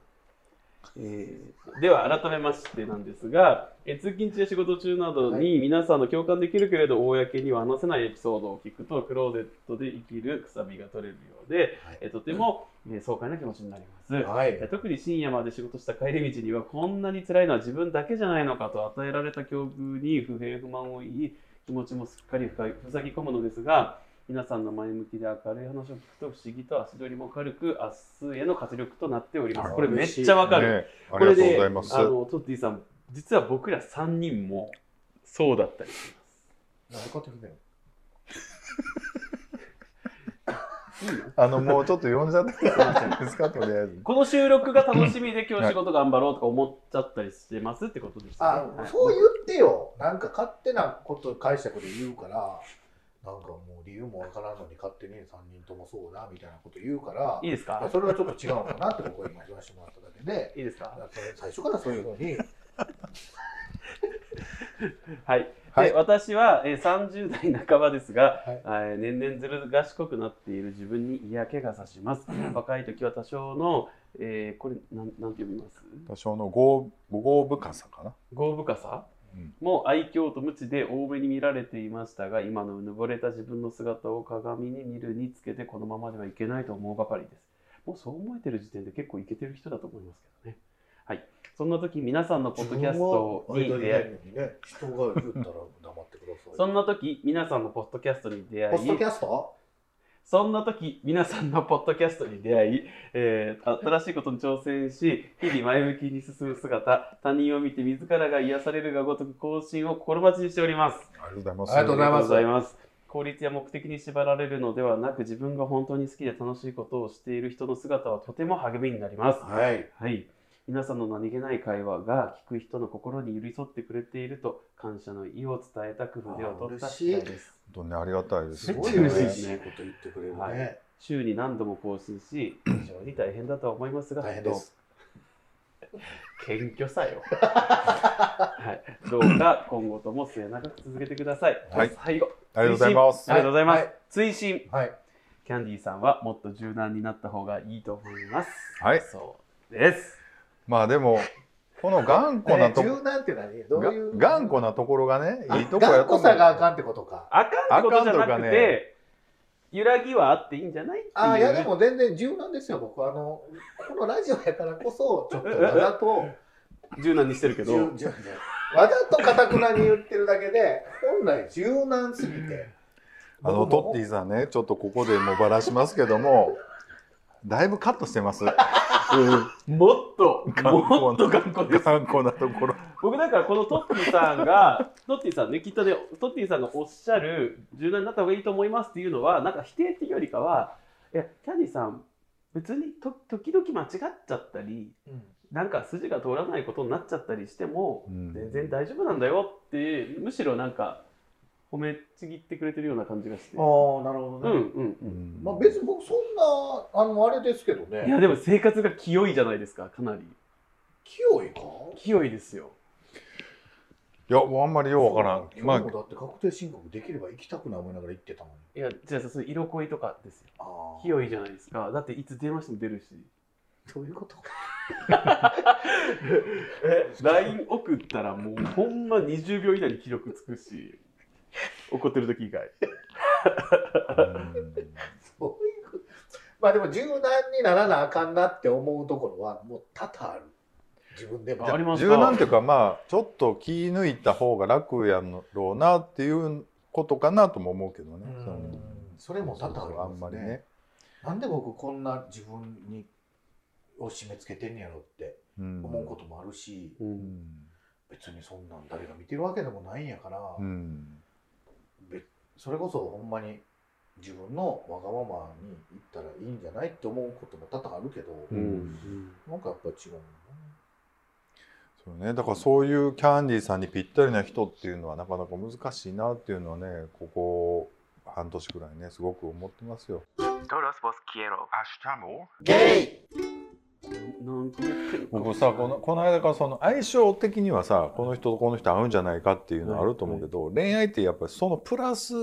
[SPEAKER 1] えーでは改めましてなんですが、えー通勤中や仕事中などに皆さんの共感できるけれど、公には話せないエピソードを聞くとクローゼットで生きるくさびが取れるようで、
[SPEAKER 3] はい
[SPEAKER 1] えーとても、えー爽快な気持ちになります。
[SPEAKER 3] はい
[SPEAKER 1] えー特に深夜まで仕事した帰り道にはこんなに辛いのは自分だけじゃないのかと与えられた境遇に不平不満を言い気持ちもすっかりふかふさぎ込むのですが皆さんの前向きで明るい話を聞くと不思議と足取りも軽く明日への活力となっております。これめっちゃわかる、
[SPEAKER 2] ねありがとうございます。
[SPEAKER 1] これであのトッティさん実は僕ら3人もそうだったりし
[SPEAKER 3] なんで買ってきたの
[SPEAKER 2] あの、もうちょっと呼んじゃってくださ <laughs> いですか、とりあえず。
[SPEAKER 1] この収録が楽しみで今日仕事頑張ろうとか思っちゃったりしてますってことです
[SPEAKER 3] あ
[SPEAKER 1] よね、
[SPEAKER 3] そう言ってよ。なんか勝手なこと解釈で言うから、なんかもう理由もわからんのに勝手に3人ともそうだみたいなこと言うから
[SPEAKER 1] いい、ですか
[SPEAKER 3] それはちょっと違うのかなって僕は今言わせてもらっただけで、
[SPEAKER 1] いいですか
[SPEAKER 3] だから最初からそういうのに、
[SPEAKER 1] はい、
[SPEAKER 2] は
[SPEAKER 1] で
[SPEAKER 2] い。
[SPEAKER 1] 私は、えー、30代半ばですが、
[SPEAKER 3] はい
[SPEAKER 1] あー年々ずる賢くなっている自分に嫌気がさします若い時は多少の、えーこれなんなんて呼びます
[SPEAKER 2] 多少の豪豪深さかな。
[SPEAKER 1] 豪深さ
[SPEAKER 2] うん
[SPEAKER 1] も愛嬌と無知で多めに見られていましたが今のうぬぼれた自分の姿を鏡に見るにつけてこのままではいけないと思うばかりですもうそう思えてる時点で結構いけてる人だと思いますけどねはいそんな時皆さんのポッドキャストに
[SPEAKER 3] 自分は間
[SPEAKER 1] 出
[SPEAKER 3] な
[SPEAKER 1] 会い
[SPEAKER 3] いのにね、人が言ったら黙ってください。
[SPEAKER 1] そんな時皆さんのポッドキャストに出会
[SPEAKER 3] ポスト
[SPEAKER 1] い
[SPEAKER 3] キャスト
[SPEAKER 1] そんな時皆さんのポッドキャストに出会い、えー新しいことに挑戦し日々前向きに進む姿他人を見て自らが癒されるがごとく更新を心待ちにしております
[SPEAKER 2] ありがとうござ
[SPEAKER 3] あり
[SPEAKER 2] い
[SPEAKER 3] がとう
[SPEAKER 1] ありが
[SPEAKER 2] ます。
[SPEAKER 3] ございます
[SPEAKER 1] とうございます効率や目的に縛られるのではなく自分が本当に好きで楽しいことをしている人の姿はとても励みになります
[SPEAKER 3] はい。
[SPEAKER 1] はい。皆さんの何気ない会話が聞く人の心に寄り添ってくれていると感謝の意を伝えた工夫を取った次第です
[SPEAKER 2] 本当にありがたいです
[SPEAKER 3] す
[SPEAKER 2] よね。
[SPEAKER 3] ごい
[SPEAKER 1] めっ
[SPEAKER 3] 嬉
[SPEAKER 1] ちゃ嬉
[SPEAKER 3] しいこと言ってくれるね。
[SPEAKER 1] はい週に何度も更新し、非常に大変だとは思いますが、
[SPEAKER 3] 大変です。
[SPEAKER 1] どう謙虚さ
[SPEAKER 2] <laughs>
[SPEAKER 1] よ、はい。どうか今後とも末永く続けてください。
[SPEAKER 2] はい
[SPEAKER 1] 最後、
[SPEAKER 2] ありがとうございます
[SPEAKER 1] あ。りがとうございます。
[SPEAKER 3] はい
[SPEAKER 1] 追伸、
[SPEAKER 3] はい。
[SPEAKER 1] キャンディーさんはもっと柔軟になった方がいいと思います。
[SPEAKER 2] はい
[SPEAKER 1] そうです。
[SPEAKER 2] まあでも、この頑固なとこ
[SPEAKER 3] 柔軟って何どういう
[SPEAKER 2] が頑固なところがね、いいとこ
[SPEAKER 3] あ
[SPEAKER 2] や
[SPEAKER 3] 頑
[SPEAKER 2] と
[SPEAKER 3] 固
[SPEAKER 2] 思う
[SPEAKER 3] さがあかんってことか。
[SPEAKER 1] あかんってことじゃな
[SPEAKER 2] あ
[SPEAKER 1] くて、
[SPEAKER 2] かんとかね
[SPEAKER 1] 揺らぎはあっていいんじゃないっていう。
[SPEAKER 3] あいやでも全然柔軟ですよ僕あのこのラジオやからこそちょっとわざと
[SPEAKER 1] 柔軟にしてるけ
[SPEAKER 3] 柔
[SPEAKER 1] ど、
[SPEAKER 3] 柔わざとかたくなに言ってるだけで本来柔軟すぎて
[SPEAKER 2] あの、トッティさんね、ちょっとここでもうバラしますけど
[SPEAKER 3] <laughs>
[SPEAKER 2] も、だいぶカットしてます。
[SPEAKER 1] もっと、
[SPEAKER 2] 頑固な
[SPEAKER 1] もっと頑固です。
[SPEAKER 2] 頑固なところ。
[SPEAKER 1] 僕だからこのトッティさんが <laughs> トッティさんねきっとねトッティさんがおっしゃる柔軟になった方がいいと思いますっていうのはなんか否定っていうよりかはいやキャンディさん別にと時々間違っちゃったり
[SPEAKER 3] うん
[SPEAKER 1] なんか筋が通らないことになっちゃったりしても
[SPEAKER 2] うん
[SPEAKER 1] 全然大丈夫なんだよってむしろなんか褒めちぎってくれてるような感じがして
[SPEAKER 3] ああ
[SPEAKER 1] う
[SPEAKER 3] なるほ
[SPEAKER 1] んう
[SPEAKER 3] どね、
[SPEAKER 1] んうん
[SPEAKER 3] まあ、別に僕そんなあのあれですけど
[SPEAKER 1] いや
[SPEAKER 3] ね
[SPEAKER 1] でも生活が清いじゃないですかかなり
[SPEAKER 3] 清いか
[SPEAKER 1] 清いですよ
[SPEAKER 2] いや、もうあんまりようわからん。まあ
[SPEAKER 3] 今日も、だって確定申告できれば行きたくない思いながら行ってたの
[SPEAKER 1] い
[SPEAKER 3] に
[SPEAKER 1] やじゃあそれ色恋とかですよ
[SPEAKER 3] ああ
[SPEAKER 1] 清いじゃないですかだっていつ電話しても出るし
[SPEAKER 3] どういう <laughs> ことか
[SPEAKER 1] LINE 送ったらもうほんま20秒以内に記録つくし怒ってる時以外
[SPEAKER 2] うん
[SPEAKER 3] どういうことまあでも柔軟にならなあかんなって思うところはもう多々ある自分でも
[SPEAKER 1] あります
[SPEAKER 2] 柔
[SPEAKER 1] か
[SPEAKER 2] 軟っていうかまあちょっと気抜いた方が楽やろうなっていうことかなとも思うけどね。
[SPEAKER 3] うん
[SPEAKER 2] その
[SPEAKER 3] それも多々
[SPEAKER 2] そ
[SPEAKER 3] あ
[SPEAKER 2] う
[SPEAKER 3] り
[SPEAKER 2] そう
[SPEAKER 3] ま
[SPEAKER 2] あ
[SPEAKER 3] すね
[SPEAKER 2] んまりね。
[SPEAKER 3] なんで僕こんな自分にを締め付けてんねやろって
[SPEAKER 2] うん
[SPEAKER 3] 思うこともあるし、
[SPEAKER 1] う
[SPEAKER 2] うんん
[SPEAKER 3] 別にそんなん誰が見てるわけでもないんやから、
[SPEAKER 2] うん
[SPEAKER 3] べそれこそほんまに自分のわがままに言ったらいいんじゃないって思うことも多々あるけど、
[SPEAKER 1] うん
[SPEAKER 3] なんかやっぱ違うのね
[SPEAKER 2] そうね、だからそういうキャンディーさんにぴったりな人っていうのはなかなか難しいなっていうのはねここ半年くらいねすごく思ってますよ。
[SPEAKER 3] ゲ
[SPEAKER 1] 何個目
[SPEAKER 2] 僕さこのこの間からその相性的にはさこの人とこの人合うんじゃないかっていうのはあると思うけど、恋愛ってやっぱりそのプラス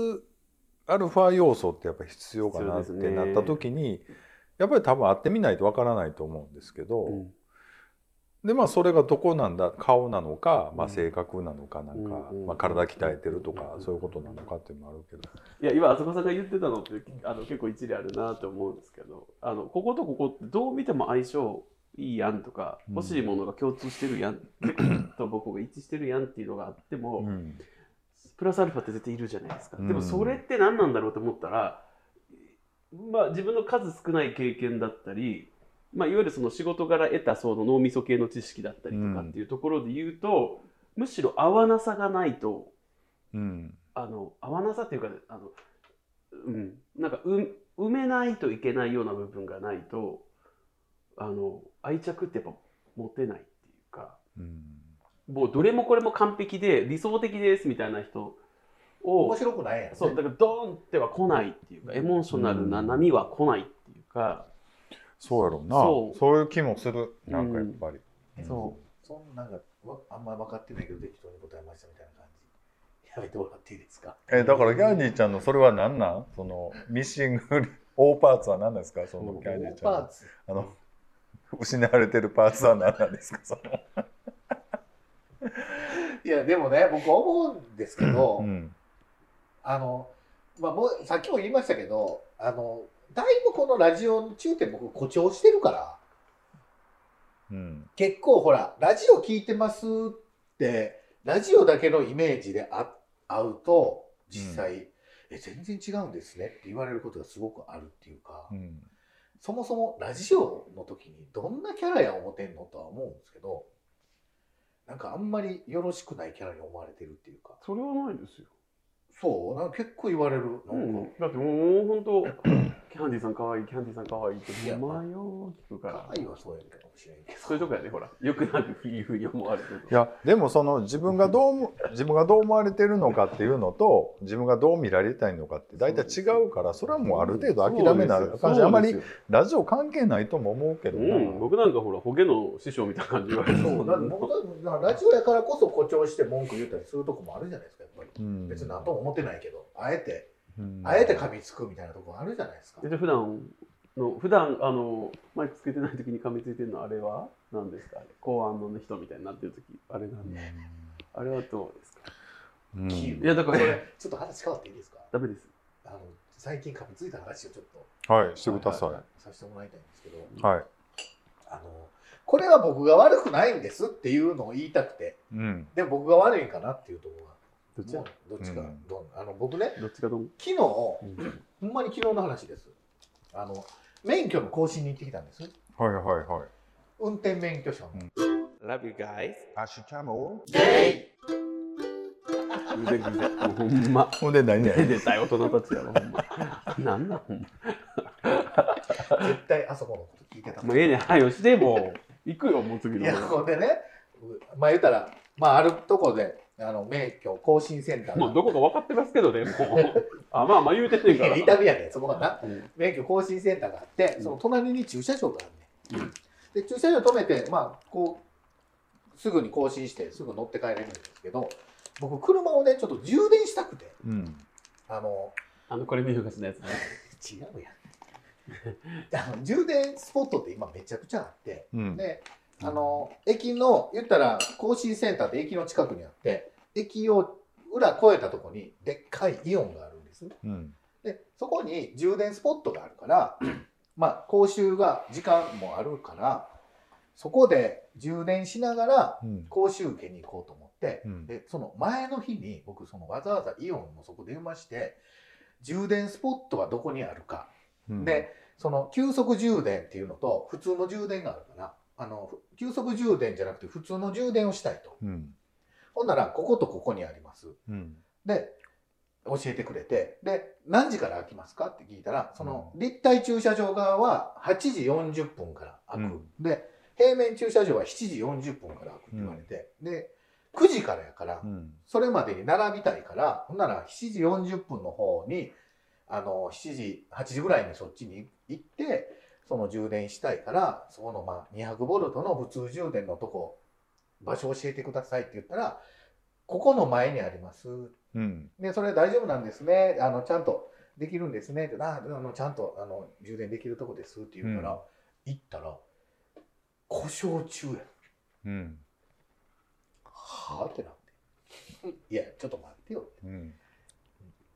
[SPEAKER 2] アルファ要素ってやっぱり必要かなっ
[SPEAKER 1] 必要で
[SPEAKER 2] て
[SPEAKER 1] すね
[SPEAKER 2] なった時に、やっぱり多分会ってみないとわからないと思うんですけど、
[SPEAKER 1] うん
[SPEAKER 2] でまあそれがどこなんだ顔なのか、ま
[SPEAKER 1] う
[SPEAKER 2] あ、
[SPEAKER 1] ん
[SPEAKER 2] 性格なのかなんか、
[SPEAKER 1] うんうん
[SPEAKER 2] まあ、体鍛えてるとか、
[SPEAKER 1] うん
[SPEAKER 2] そういうことなのかっていうのもあるけど、
[SPEAKER 1] いや今あそこさんが言ってたのってあの結構一理あるなと思うんですけどあのこことここってどう見ても相性いいやんとか
[SPEAKER 2] うん
[SPEAKER 1] 欲しいものが共通してるやん、と僕が一致してるやんっていうのがあっても、
[SPEAKER 2] うん
[SPEAKER 1] プラスアルファって絶対いるじゃないですか、
[SPEAKER 2] うん
[SPEAKER 1] でもそれって何なんだろうと思ったら、まあ、自分の数少ない経験だったり、まあ、いわゆるその仕事から得たその脳みそ系の知識だったりとかっていうところで言うと、むしろ合わなさがないと
[SPEAKER 2] うん
[SPEAKER 1] あの合わなさっていうかあの、うん、なんかう埋めないといけないような部分がないとあの愛着ってやっぱ持てないっていうか。
[SPEAKER 2] うん
[SPEAKER 1] もうどれもこれも完璧で理想的ですみたいな人
[SPEAKER 3] 面
[SPEAKER 1] を
[SPEAKER 3] 白くないやん、ね。
[SPEAKER 1] そうだからドーンっては来ないっていうかエモーショナルな
[SPEAKER 2] うん
[SPEAKER 1] 波は来ないっていうか、
[SPEAKER 2] そうやろうな
[SPEAKER 1] そ
[SPEAKER 2] そうういう気もするなんかやっぱり、
[SPEAKER 1] そう
[SPEAKER 3] そんなんかわあんまり分かってないけど適当に答えましたみたいな感じ。やめてもらっていいですか。
[SPEAKER 2] えだからギャンディちゃんのそれは何なんそのミッシング <laughs> オーパーツは何なんですかそのギャンディちゃん
[SPEAKER 3] パー
[SPEAKER 2] の
[SPEAKER 3] ツ。
[SPEAKER 2] あの <laughs> 失われてるパーツは何なんですかその、
[SPEAKER 3] いやでもね僕思うんですけど、
[SPEAKER 2] うん
[SPEAKER 3] あのまあもうさっきも言いましたけどあのだいぶこのラジオの中点僕誇張してるから
[SPEAKER 2] うん、
[SPEAKER 3] 結構ほらラジオ聞いてますってラジオだけのイメージであ会うと実際、え全然違うんですねって言われることがすごくあるっていうか、
[SPEAKER 2] うん
[SPEAKER 3] そもそもラジオの時にどんなキャラや思てんのとは思うんですけどなんかあんまりよろしくないキャラに思われてるっていうか
[SPEAKER 1] それはないですよ、
[SPEAKER 3] そうなんか結構言われるな
[SPEAKER 1] うんん
[SPEAKER 3] か、
[SPEAKER 1] だってもう本当キャンディーさん可愛いキャンディーさん可愛いって
[SPEAKER 3] いや
[SPEAKER 1] 名前を聞くか
[SPEAKER 3] 可
[SPEAKER 1] ら
[SPEAKER 3] 愛いはそうやるかもしれんけど
[SPEAKER 1] そういうとこやねほらよくなくいうふうに思われてる
[SPEAKER 2] いやでもその自分がどう <laughs> も自分がどう思われてるのかっていうのと自分がどう見られたいのかって大体違うからそれはもうある程度諦めな感じあんまりラジオ関係ないとも思うけど
[SPEAKER 1] う
[SPEAKER 2] な、
[SPEAKER 1] ん、僕なんかほらホゲの師匠みたいな感じ言われて
[SPEAKER 3] そうなんか僕だからラジオやからこそ誇張して文句言ったりするとこもあるじゃないですかやっぱり。
[SPEAKER 2] うん
[SPEAKER 3] 別に何とも思ってないけど、あえて、
[SPEAKER 2] うん
[SPEAKER 3] あえて噛みつくみたいなとこあるじゃないですか。
[SPEAKER 1] えじゃあ普段の普段あのマイクつけてない時に噛みついてるのあれは何ですかあれ公安の人みたいになってる時あれなんであれはどうですか
[SPEAKER 2] うん
[SPEAKER 3] キー
[SPEAKER 1] いやだから
[SPEAKER 3] これちょっと話変わっていいですか
[SPEAKER 1] ダメです
[SPEAKER 3] あの最近噛みついた話をちょっと
[SPEAKER 2] はいしてくださ
[SPEAKER 3] ははさせてもらいたいんですけど、
[SPEAKER 2] いはい
[SPEAKER 3] あのこれは僕が悪くないんですっていうのを言いたくて、
[SPEAKER 2] うん
[SPEAKER 3] でも僕が悪いんかなっていうとこ
[SPEAKER 1] どっち
[SPEAKER 3] ろが、もうどっちか、
[SPEAKER 2] うん
[SPEAKER 3] どんあの僕ね、
[SPEAKER 1] どっちかどん
[SPEAKER 3] 昨日、ほんまに昨日の話です。あの免許の更新に行ってきたんです。
[SPEAKER 2] はいはいはい
[SPEAKER 3] 運転免許証の。
[SPEAKER 2] うん
[SPEAKER 1] Love you guys
[SPEAKER 3] ゲ
[SPEAKER 1] 偶然偶然もうほんま
[SPEAKER 2] ほんで何や
[SPEAKER 1] 出てたい大人たちやろほんまなんなんほん
[SPEAKER 3] イ絶対あそこのこと聞いてた
[SPEAKER 1] まもうええねんはいよしてもう行くよもう次
[SPEAKER 3] い
[SPEAKER 1] の
[SPEAKER 3] や、ほんでね、うまあ言うたら、まああるとこで、あの、免許更新センター
[SPEAKER 1] もう
[SPEAKER 3] が。
[SPEAKER 1] どこか分かってますけどねもうあまあまあ言うてんねん
[SPEAKER 3] い
[SPEAKER 1] から
[SPEAKER 3] や、痛みやねんそこがな。
[SPEAKER 1] うん
[SPEAKER 3] 免許更新センターがあって
[SPEAKER 1] う、ん
[SPEAKER 3] その隣に駐車場があるねん。で、駐車場止めて、まあ、こう、すぐに更新して、すぐ乗って帰れるんですけど、僕、車をね、ちょっと充電したくて、
[SPEAKER 2] うん
[SPEAKER 3] あの、
[SPEAKER 1] あのこれ見よがしのやつね
[SPEAKER 3] 違うや <laughs> ん。あの充電スポットって今めちゃくちゃあって、
[SPEAKER 2] うん
[SPEAKER 3] で、あの、駅の、言ったら、更新センターって駅の近くにあって、駅を裏越えたとこに、でっかいイオンがあるんです。
[SPEAKER 2] うん
[SPEAKER 3] で、そこに充電スポットがあるから、まあ、講習が、時間もあるから、そこで充電しながら、
[SPEAKER 2] うん
[SPEAKER 3] 講習受けに行こうと思って、
[SPEAKER 2] うん
[SPEAKER 3] で、その前の日に、僕、そのわざわざイオンのそこ電話して、充電スポットはどこにあるか、
[SPEAKER 2] うん
[SPEAKER 3] で、その急速充電っていうのと、普通の充電があるから、あの、ふ急速充電じゃなくて普通の充電をしたいと。
[SPEAKER 2] うん
[SPEAKER 3] ほんなら、こことここにあります。
[SPEAKER 2] うん
[SPEAKER 3] で、教えてくれて、で、何時から開きますかって聞いたら、その立体駐車場側は8時40分から開く。で、平面駐車場は7時40分から開くって言われて、で、9時からやから、
[SPEAKER 2] うん
[SPEAKER 3] それまでに並びたいから、ほんなら7時40分の方に、あの、7時、8時ぐらいにそっちに行って、その充電したいから、そこのまあ200ボルトの普通充電のとこ、場所教えてくださいって言ったら、ここの前にあります。
[SPEAKER 2] うん
[SPEAKER 3] で、それ大丈夫なんですね。あの、ちゃんとできるんですね。ってああの、ちゃんとあの充電できるとこですって言うから、行ったら、故障中や。
[SPEAKER 2] うん。
[SPEAKER 3] はあってなって。いや、ちょっと待ってよ。
[SPEAKER 2] うん。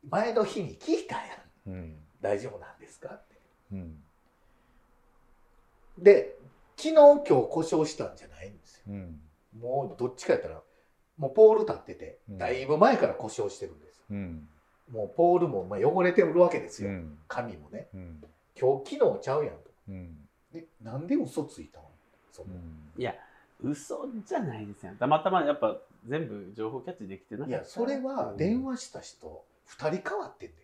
[SPEAKER 3] 前の日に聞いたやん。
[SPEAKER 2] うん。
[SPEAKER 3] 大丈夫なんですかって。
[SPEAKER 2] うん。
[SPEAKER 3] で、昨日今日故障したんじゃないんですよ。
[SPEAKER 2] うん。
[SPEAKER 3] もうどっちかやったら、もうポール立ってて、
[SPEAKER 2] うん
[SPEAKER 3] だいぶ前から故障してるんですよ。
[SPEAKER 2] うん。
[SPEAKER 3] もうポールもまあ汚れてるわけです
[SPEAKER 2] う
[SPEAKER 3] よ。
[SPEAKER 2] ん。
[SPEAKER 3] 髪もね。
[SPEAKER 2] うん。
[SPEAKER 3] 今日昨日ちゃうやんと。
[SPEAKER 2] うん。
[SPEAKER 3] で、なんで嘘ついたのその
[SPEAKER 1] 嘘じゃないですよ。たまたまやっぱ全部情報キャッチできてない
[SPEAKER 3] いや、それは電話した人、二人変わってんで。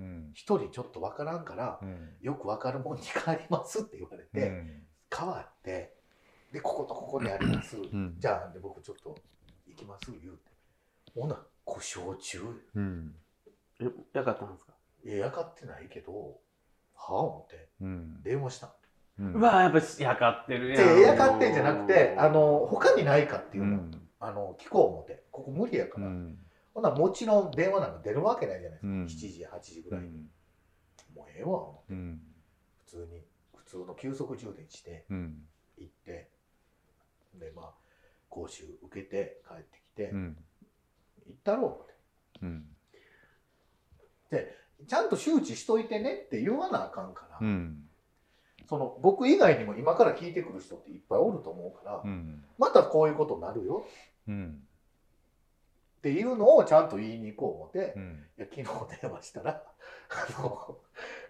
[SPEAKER 2] うん。
[SPEAKER 3] 一人ちょっとわからんから、
[SPEAKER 2] うん。
[SPEAKER 3] よくわかるもんに変わりますって言われて、変わってでこことここにあります、
[SPEAKER 2] ん
[SPEAKER 3] じゃあで僕ちょっと行きます言うてほな故障中
[SPEAKER 2] うん。
[SPEAKER 1] えなかったんですか、
[SPEAKER 3] いややかってないけどはあ思って
[SPEAKER 2] うん。
[SPEAKER 3] 電話した
[SPEAKER 2] うん。
[SPEAKER 1] うわやっぱしやかってるやん
[SPEAKER 3] でやかってんじゃなくてあの他にないかっていううの、
[SPEAKER 2] ん。
[SPEAKER 3] あの聞こう思ってここ無理やか
[SPEAKER 2] う
[SPEAKER 3] ら、
[SPEAKER 2] ん。
[SPEAKER 3] ほなもちろん電話なんか出るわけないじゃないですか、
[SPEAKER 2] うん
[SPEAKER 3] 7時8時ぐ
[SPEAKER 2] う
[SPEAKER 3] らいに、
[SPEAKER 2] ん。
[SPEAKER 3] もうええわ思って
[SPEAKER 2] うん。
[SPEAKER 3] 普通に普通の急速充電して
[SPEAKER 2] うん。
[SPEAKER 3] 行ってでまあ講習受けて帰ってきて、
[SPEAKER 2] うん。
[SPEAKER 3] 行ったろうって
[SPEAKER 2] うん。
[SPEAKER 3] ちゃんと周知しといてねって言わなあかんから、
[SPEAKER 2] うん。
[SPEAKER 3] その僕以外にも今から聞いてくる人っていっぱいおると思うから、
[SPEAKER 2] うん。
[SPEAKER 3] またこういうことになるよ
[SPEAKER 2] うん。
[SPEAKER 3] っていうのをちゃんと言いに行こう思って、
[SPEAKER 2] うん。
[SPEAKER 3] いや昨日電話したら「あの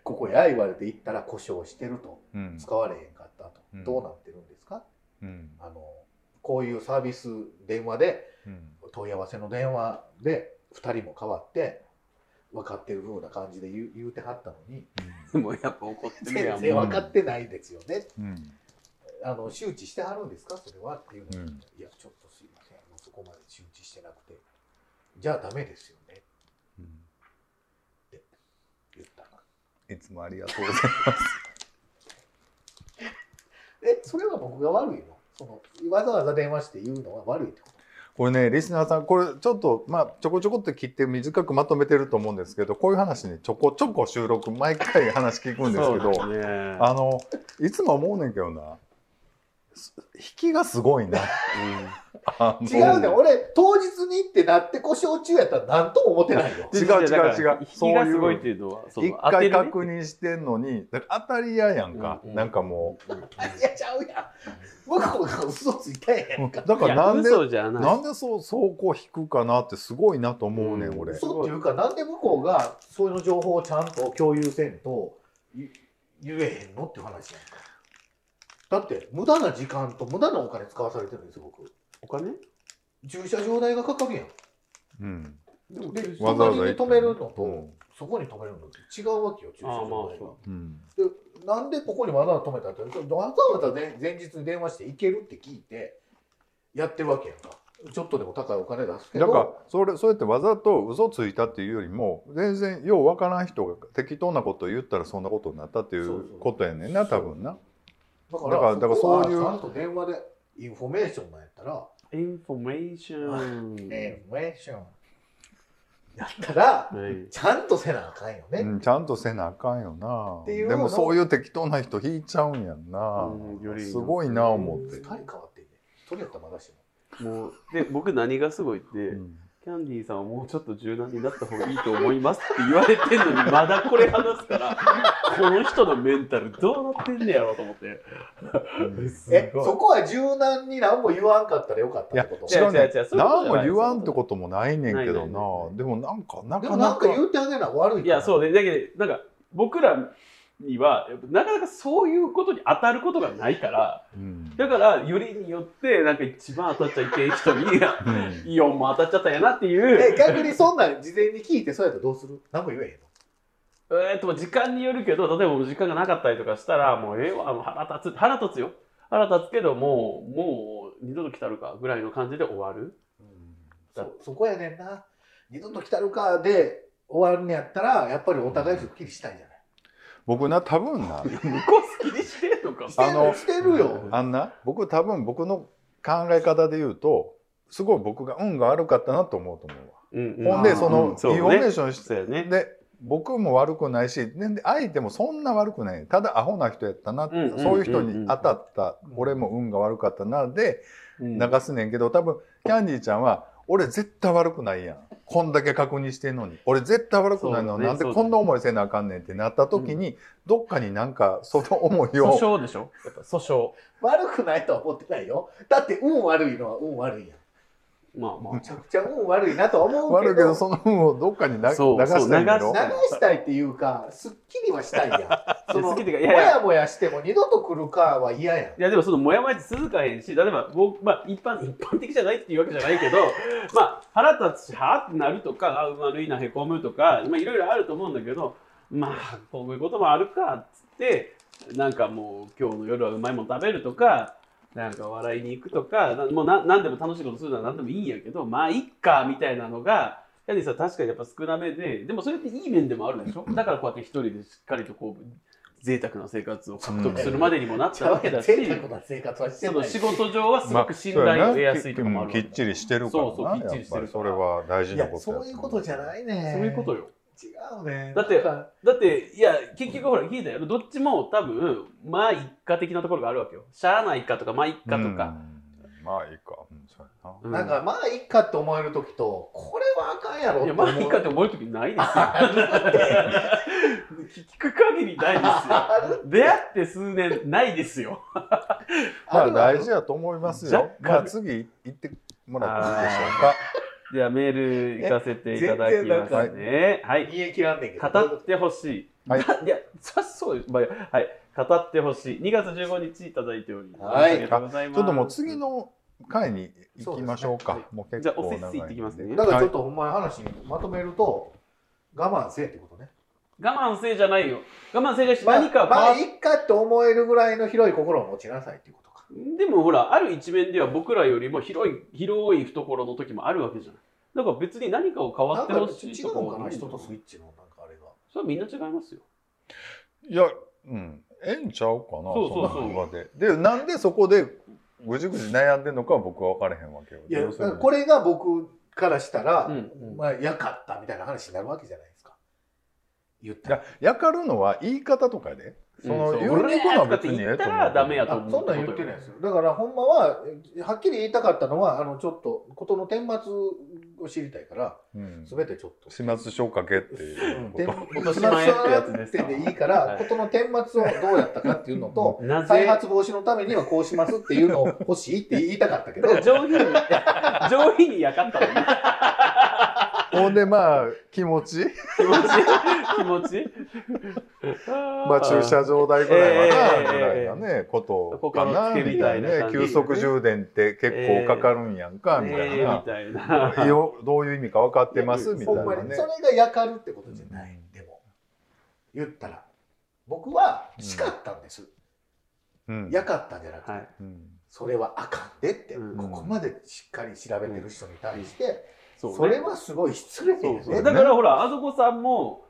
[SPEAKER 3] ここや」言われて行ったら故障してると
[SPEAKER 2] うん。
[SPEAKER 3] 使われへんかったと、
[SPEAKER 2] うん
[SPEAKER 3] どうなってるんですか
[SPEAKER 2] うん。
[SPEAKER 3] あのこういうサービス電話で
[SPEAKER 2] うん。
[SPEAKER 3] 問い合わせの電話で2人も変わって分かってるふうな感じで言う言うてはったのに
[SPEAKER 1] もうやっぱ怒ってるや
[SPEAKER 3] 全
[SPEAKER 1] ん
[SPEAKER 3] 然
[SPEAKER 1] もう
[SPEAKER 3] 分かってないですよね
[SPEAKER 2] うん。
[SPEAKER 3] あの周知してはるんですかそれはっていうのに、
[SPEAKER 2] うん
[SPEAKER 3] いやちょっとすいませんもうそこまで周知してなくてじゃあダメですよね言ったの
[SPEAKER 2] いつもありがとうございます。
[SPEAKER 3] えそれは僕が悪いのそのわざわざ電話して言うのは悪いってこ
[SPEAKER 2] これね、リスナーさん、これちょっと、まあ、ちょこちょこっと切って短くまとめてると思うんですけど、こういう話にちょこちょこ収録、毎回話聞くんですけど、
[SPEAKER 1] そうですね
[SPEAKER 2] あの、いつも思うねんけどな、す引きがすごいな。あの
[SPEAKER 3] と違うね俺当日にってなって故障中やったら何とも思ってないよ
[SPEAKER 1] うん
[SPEAKER 2] 違う違う
[SPEAKER 1] だから
[SPEAKER 2] 違う
[SPEAKER 1] 引き
[SPEAKER 2] そういう
[SPEAKER 1] がすごいっていうのはその
[SPEAKER 2] 一回
[SPEAKER 1] 当てるね
[SPEAKER 2] 確認してんのに、だから当たり屋やんか、
[SPEAKER 1] うん
[SPEAKER 2] なんかも
[SPEAKER 1] うんうん
[SPEAKER 3] いやちゃうやん僕が嘘ついたやん
[SPEAKER 2] う。だか
[SPEAKER 1] いや
[SPEAKER 2] らなんで、
[SPEAKER 1] 嘘じゃない
[SPEAKER 2] なんでそう、そうこう引くかなってすごいなと思うね、
[SPEAKER 1] うんん
[SPEAKER 2] 俺。
[SPEAKER 3] そうっていうか、なんで向こうがそういうの情報をちゃんと共有せんとゆ言えへんのっていう話やんか。だって、無駄な時間と無駄なお金使わされてるんですよ、僕。
[SPEAKER 1] お金
[SPEAKER 3] 駐車場代がかかるやん。
[SPEAKER 2] うん。
[SPEAKER 3] で、
[SPEAKER 2] わざわざ
[SPEAKER 3] 隣
[SPEAKER 2] 行
[SPEAKER 3] に
[SPEAKER 2] って
[SPEAKER 3] 止めるのと、
[SPEAKER 2] うん
[SPEAKER 3] そこに止めるのって違うわけよ、駐車場代が
[SPEAKER 1] あ。
[SPEAKER 2] うん。
[SPEAKER 3] で、なんでここにわざわざ止めたって言うとわざわざ前前日に電話して行けるって聞いて、やってるわけやんか。ちょっとでも高いお金出すけ
[SPEAKER 2] なんか
[SPEAKER 3] ど、
[SPEAKER 2] それそうやってわざと嘘ついたっていうよりも全然ようわからん人が適当なことを言ったらそんなことになったってい
[SPEAKER 3] そうそう
[SPEAKER 2] うことやねんな多分な。
[SPEAKER 3] だか
[SPEAKER 2] だから
[SPEAKER 3] ら、
[SPEAKER 2] だから
[SPEAKER 3] そこは
[SPEAKER 2] そういう
[SPEAKER 3] ちゃんと電話でインフォメーションなんやったら、
[SPEAKER 1] インフォメーション
[SPEAKER 3] インフォメーションやったら、
[SPEAKER 1] はい
[SPEAKER 3] ちゃんとせなあかんよね。
[SPEAKER 2] うん、ちゃんとせなあかんよな
[SPEAKER 3] っていうの
[SPEAKER 2] でもそういう適当な人引いちゃうんやんな
[SPEAKER 1] うんより
[SPEAKER 2] すごいな思って
[SPEAKER 3] 二、人変わってんね。一人やったらまだしも。
[SPEAKER 1] もうで僕何がすごいって、
[SPEAKER 2] うん
[SPEAKER 1] キャンディーさんはもうちょっと柔軟になった方がいいと思いますって言われてんのにまだこれ話すからこの人のメンタルどうなってんねやろうと思って
[SPEAKER 2] うん
[SPEAKER 1] す
[SPEAKER 3] え、そこは柔軟に何も言わんかったらよかったってこ
[SPEAKER 1] いや
[SPEAKER 3] と
[SPEAKER 2] 違うね
[SPEAKER 1] 違う違うそういうことじ
[SPEAKER 2] 何
[SPEAKER 1] ゃ
[SPEAKER 2] も
[SPEAKER 1] ない
[SPEAKER 2] 言わんってこともないねん
[SPEAKER 1] ない
[SPEAKER 2] けど
[SPEAKER 1] ないないな
[SPEAKER 2] なでもなんかな
[SPEAKER 3] で
[SPEAKER 2] か
[SPEAKER 3] も
[SPEAKER 2] な
[SPEAKER 3] なん
[SPEAKER 2] か
[SPEAKER 3] か言うてあげるのは悪い
[SPEAKER 1] いやそう
[SPEAKER 3] う。
[SPEAKER 1] ねだけどなんか僕らにはやっぱなかなかそういうことに当たることがないから
[SPEAKER 2] うん
[SPEAKER 1] だからよりによってなんか一番当たっちゃいけん人に
[SPEAKER 2] うん
[SPEAKER 1] イオンも当たっちゃったんやなっていう
[SPEAKER 3] え、逆にそんなん事前に聞いてそうやったらどうする何も言えへんの。
[SPEAKER 1] えー、と時間によるけど例えば時間がなかったりとかしたらもうええわもう腹立つ腹立つよ腹立つけどもうもう二度と来たるかぐらいの感じで終わる
[SPEAKER 3] そそこやねんな。二度と来たるかで終わるんやったら、やっぱりお互いすっきりしたいじゃない。
[SPEAKER 2] 僕な多分な
[SPEAKER 1] 向こう好きにしてんのか
[SPEAKER 3] して
[SPEAKER 2] あの
[SPEAKER 3] るしてるよ。
[SPEAKER 2] あんな僕多分僕の考え方で言うとすごい僕が運が悪かったなと思うと思うわ。
[SPEAKER 1] <laughs> うん、うん、
[SPEAKER 2] ほんでそ
[SPEAKER 1] うん
[SPEAKER 2] の
[SPEAKER 1] そう
[SPEAKER 2] イ
[SPEAKER 1] ね
[SPEAKER 2] ンフォメーションし
[SPEAKER 1] そうやね
[SPEAKER 2] で僕も悪くないし、ね、相手もそんな悪くない。ただアホな人やったな、
[SPEAKER 1] うんうんうんうん
[SPEAKER 2] そういう人に当たった、俺も運が悪かったな、で
[SPEAKER 1] うん
[SPEAKER 2] 流すねんけど、多分、キャンディーちゃんは、俺絶対悪くないやん。こんだけ確認してんのに。俺絶対悪くないの
[SPEAKER 1] そうだ
[SPEAKER 2] に、
[SPEAKER 1] ね
[SPEAKER 2] なんでこんな思いせなあかんねんってなった時に、どっかになんかその思い
[SPEAKER 1] 訴
[SPEAKER 2] を、
[SPEAKER 1] 訟でしょやっぱ訴訟。
[SPEAKER 3] 悪くないとは思ってないよ。だって運悪いのは運悪いやん。
[SPEAKER 1] まあま
[SPEAKER 3] めちゃくちゃ運悪いなとは思うけ
[SPEAKER 2] 悪い
[SPEAKER 3] ど、
[SPEAKER 2] けどその運をどっかにな流
[SPEAKER 1] そう
[SPEAKER 2] したいんだ
[SPEAKER 1] そう
[SPEAKER 2] ろ
[SPEAKER 1] 流
[SPEAKER 3] 流したいっていうか、すっきりはし
[SPEAKER 1] <laughs>
[SPEAKER 3] たいやん。
[SPEAKER 1] あ。
[SPEAKER 3] その
[SPEAKER 1] 好きっていうかい
[SPEAKER 3] も
[SPEAKER 1] やいや
[SPEAKER 3] やもやしても二度と来るかは嫌やん。
[SPEAKER 1] いやでもそのモヤモヤって続かへんし、例えば僕、まあ一般、一般的じゃないっていうわけじゃないけど、まあ腹立つし、はあってなるとか、あうまるいな、へこむとか、まあいろいろあると思うんだけど、まあこういうこともあるかっつって、なんかもう今日の夜はうまいもん食べるとか、なんか笑いに行くとか、なもうな何でも楽しいことするなら何でもいいんやけど、まあいっかみたいなのが、ヤニさん確かにやっぱ少なめで、でもそれっていい面でもあるでしょだからこうやって一人でしっかりとこう、贅沢な生活を獲得するまでにもなったわけだし、
[SPEAKER 3] 贅沢な生活はして
[SPEAKER 1] そ
[SPEAKER 3] な
[SPEAKER 1] の
[SPEAKER 3] いし
[SPEAKER 1] 仕。事上はすごく信頼を得やすいとかもある
[SPEAKER 2] まあそうやなききっちりしてるからな。
[SPEAKER 1] そうそうきっちりしてる
[SPEAKER 2] やっぱりそれは大事
[SPEAKER 3] い
[SPEAKER 2] な
[SPEAKER 3] や
[SPEAKER 2] こと
[SPEAKER 3] そういうことじゃないね。
[SPEAKER 1] そういうことよ
[SPEAKER 3] 違うね。
[SPEAKER 1] だって
[SPEAKER 3] なんか
[SPEAKER 1] だっていや結局ほら聞いたやろどっちも多分まあ一家的なところがあるわけよしゃあないかとかまあ一家とか、
[SPEAKER 2] うんまあいいか。うんそうやな
[SPEAKER 1] う
[SPEAKER 3] なんかまあいっかって思える時とこれはあかんやろっ
[SPEAKER 1] い
[SPEAKER 3] て
[SPEAKER 1] や
[SPEAKER 3] 思
[SPEAKER 1] ま
[SPEAKER 3] う
[SPEAKER 1] あ一家って思う時ないですよ
[SPEAKER 2] <laughs>
[SPEAKER 1] 聞く限りないですよ
[SPEAKER 3] あ
[SPEAKER 2] <laughs>
[SPEAKER 3] る
[SPEAKER 1] 出会って数年ないですよ
[SPEAKER 2] まあ
[SPEAKER 3] る
[SPEAKER 2] 大事だと思いますよ。
[SPEAKER 1] じゃ
[SPEAKER 2] まあ次行ってもらっていいでしょうか。
[SPEAKER 1] じゃあメール行かせていただきま
[SPEAKER 2] え全然なん
[SPEAKER 1] す
[SPEAKER 2] か
[SPEAKER 1] ねはい
[SPEAKER 3] 言えきらんねんけど
[SPEAKER 1] 語ってほしい。
[SPEAKER 2] はい
[SPEAKER 1] だ <laughs> いや、そそうです。まあ、はい。語ってほしい。2月15日いただいております。
[SPEAKER 3] はい
[SPEAKER 1] ありがとうございます。
[SPEAKER 2] ちょっともう次の回に行きましょうか。
[SPEAKER 3] そうです
[SPEAKER 2] もう
[SPEAKER 1] じ
[SPEAKER 2] 結
[SPEAKER 1] ゃあ、お
[SPEAKER 2] 構
[SPEAKER 1] せ
[SPEAKER 2] 長
[SPEAKER 1] っ
[SPEAKER 2] い
[SPEAKER 1] せい行ってきますね。
[SPEAKER 3] だからちょっとほんまに話まとめると我慢せえってことね
[SPEAKER 1] 我慢せいじゃないよ。我慢せいじゃし、
[SPEAKER 3] まあ
[SPEAKER 1] 何か
[SPEAKER 3] ま
[SPEAKER 1] は
[SPEAKER 3] あいっかって思えるぐらいの広い心を持ちなさいっていうことか
[SPEAKER 1] でもほら、ある一面では僕らよりも広い、広い懐の時もあるわけじゃない。だから別に何かを変わって
[SPEAKER 3] なん
[SPEAKER 1] ほ
[SPEAKER 3] か
[SPEAKER 1] しい
[SPEAKER 3] 違
[SPEAKER 1] とか
[SPEAKER 3] う
[SPEAKER 1] は
[SPEAKER 3] か
[SPEAKER 1] な
[SPEAKER 3] ない人とスイッチのなんかあれが
[SPEAKER 1] それはみんな違いますよ。
[SPEAKER 2] いや、うん、ええんちゃうかな。
[SPEAKER 1] そうそうそうん
[SPEAKER 2] な場で。で、なんでそこでぐじぐじ悩んでんのかは僕は分からへんわけよ。
[SPEAKER 3] いや
[SPEAKER 2] 要するに
[SPEAKER 3] これが僕からしたら、
[SPEAKER 1] うん
[SPEAKER 3] まあやかったみたいな話になるわけじゃないですか言った
[SPEAKER 2] いや
[SPEAKER 3] ら
[SPEAKER 2] やかるのは言い方とかで。その、
[SPEAKER 1] うんそう
[SPEAKER 2] 言うに行くのは別にええと
[SPEAKER 1] 俺らやとかって言っ
[SPEAKER 2] 思うけど。
[SPEAKER 1] たらダメや
[SPEAKER 3] あ
[SPEAKER 1] と
[SPEAKER 3] そ
[SPEAKER 1] 思うん
[SPEAKER 3] なん言ってないですよだからほんまははっきり言いたかったのはあのちょっと事の顛末を知りたいから
[SPEAKER 2] うん
[SPEAKER 3] 全てちょっと
[SPEAKER 2] 始末書を書けっていうこと。
[SPEAKER 1] 落とし前ってやつですか
[SPEAKER 3] でいいか
[SPEAKER 1] は
[SPEAKER 3] ら
[SPEAKER 1] い、
[SPEAKER 3] ことの顛末をどうやったかっていうのと、
[SPEAKER 1] なぜ
[SPEAKER 3] 再発防止のためにはこうしますっていうのを欲しいって言いたかった
[SPEAKER 1] <laughs>
[SPEAKER 3] けど、
[SPEAKER 1] だから上品に、上品にやかったのね。
[SPEAKER 2] ほんでまあ気持ち、
[SPEAKER 1] 気持ち、気持
[SPEAKER 3] <laughs>
[SPEAKER 1] ち。
[SPEAKER 2] まあ、駐車場代ぐらいはな、
[SPEAKER 1] ええ
[SPEAKER 2] ぐらいなね、ことかな
[SPEAKER 1] 心つけ
[SPEAKER 2] み
[SPEAKER 1] み
[SPEAKER 2] た
[SPEAKER 1] た
[SPEAKER 2] い
[SPEAKER 1] い
[SPEAKER 2] な
[SPEAKER 1] な
[SPEAKER 2] ね
[SPEAKER 1] 感じ
[SPEAKER 2] 急速充電って結構かかるんやんか、みたいな
[SPEAKER 1] ね、えみたいな。
[SPEAKER 2] いやどういう意味か分かってますみた
[SPEAKER 3] ほ
[SPEAKER 2] い
[SPEAKER 3] んま
[SPEAKER 2] な
[SPEAKER 3] に、
[SPEAKER 2] ね
[SPEAKER 3] それがやかるってことじゃない。でも、言ったら、僕は叱ったんです。
[SPEAKER 2] うん
[SPEAKER 3] やかったんじゃなくて、
[SPEAKER 1] はい。
[SPEAKER 2] うん
[SPEAKER 3] それはあかんでって、
[SPEAKER 1] うん
[SPEAKER 3] ここまでしっかり調べてる人に対して、
[SPEAKER 1] そうね
[SPEAKER 3] それはすごい失礼だ
[SPEAKER 1] そ
[SPEAKER 3] よ
[SPEAKER 1] う
[SPEAKER 3] ね。
[SPEAKER 1] そうだからほら、あそこさんも、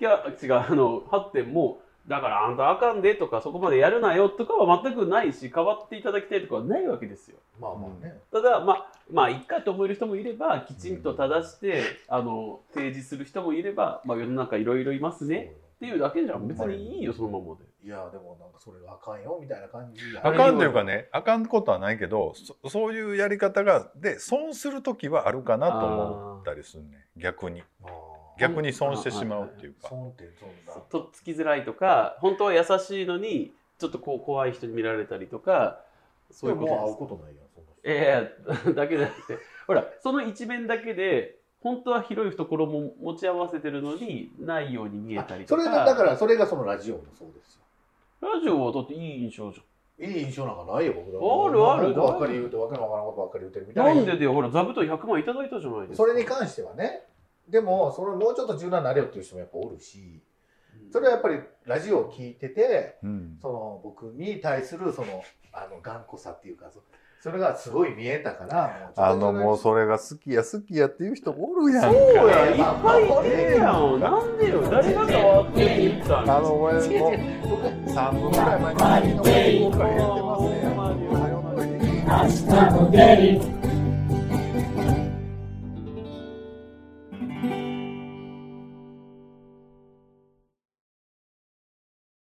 [SPEAKER 1] いや、違う、あの、ハッテンも、だからあんたあかんでとか、そこまでやるなよとかは全くないし、変わっていただきたいとかはないわけですよ。
[SPEAKER 3] まあまあね。
[SPEAKER 1] ただ、まあ、まあ、一回と思える人もいれば、きちんと正して、あの、提示する人もいれば、まあ、世の中いろいろいますね。っていうだけじゃん。別にいいよ、そのままで。
[SPEAKER 3] いや、でもなんかそれはあかんよみたいな感じや
[SPEAKER 2] あかんというかねあかんことはないけどそそういうやり方がで損する時はあるかなと思ったりするね逆に
[SPEAKER 3] あー
[SPEAKER 2] 逆に損してしまうっていうか
[SPEAKER 3] 損って損だ。
[SPEAKER 1] とっつきづらいとか本当は優しいのにちょっとこう怖い人に見られたりとかそういうこ
[SPEAKER 3] でももう
[SPEAKER 1] と
[SPEAKER 3] 会うことないよ。そんな人
[SPEAKER 1] ですいやいやだけじゃなくてほらその一面だけで本当は広い懐も持ち合わせてるのにないように見えたりと
[SPEAKER 3] そ
[SPEAKER 1] か
[SPEAKER 3] れがだからそれがそのラジオもそうです
[SPEAKER 1] ラジオはだっていい印象じ
[SPEAKER 3] よいい印象なんかないよ僕
[SPEAKER 1] あるある
[SPEAKER 3] ばっかり言うてわけのわからんことばっかり言ってるみ
[SPEAKER 1] ゃ
[SPEAKER 3] た
[SPEAKER 1] ないんででほら座布団100万いただいたじゃないですか
[SPEAKER 3] それに関してはねでもそれもうちょっと柔軟になれよっていう人もやっぱおるしそれはやっぱりラジオを聞いてて
[SPEAKER 2] うん
[SPEAKER 3] その僕に対するそのあの頑固さっていうかそそれがすごい見えたから
[SPEAKER 2] あのもう
[SPEAKER 3] そ
[SPEAKER 2] それが好きや好きやっていう人おるやんか
[SPEAKER 1] そうやいっぱいいてるやんなんでよ誰が変わってるみたい
[SPEAKER 2] あ
[SPEAKER 1] な
[SPEAKER 2] の俺も3分ぐらい前に周りの公開やってますね
[SPEAKER 5] Hasta no deri,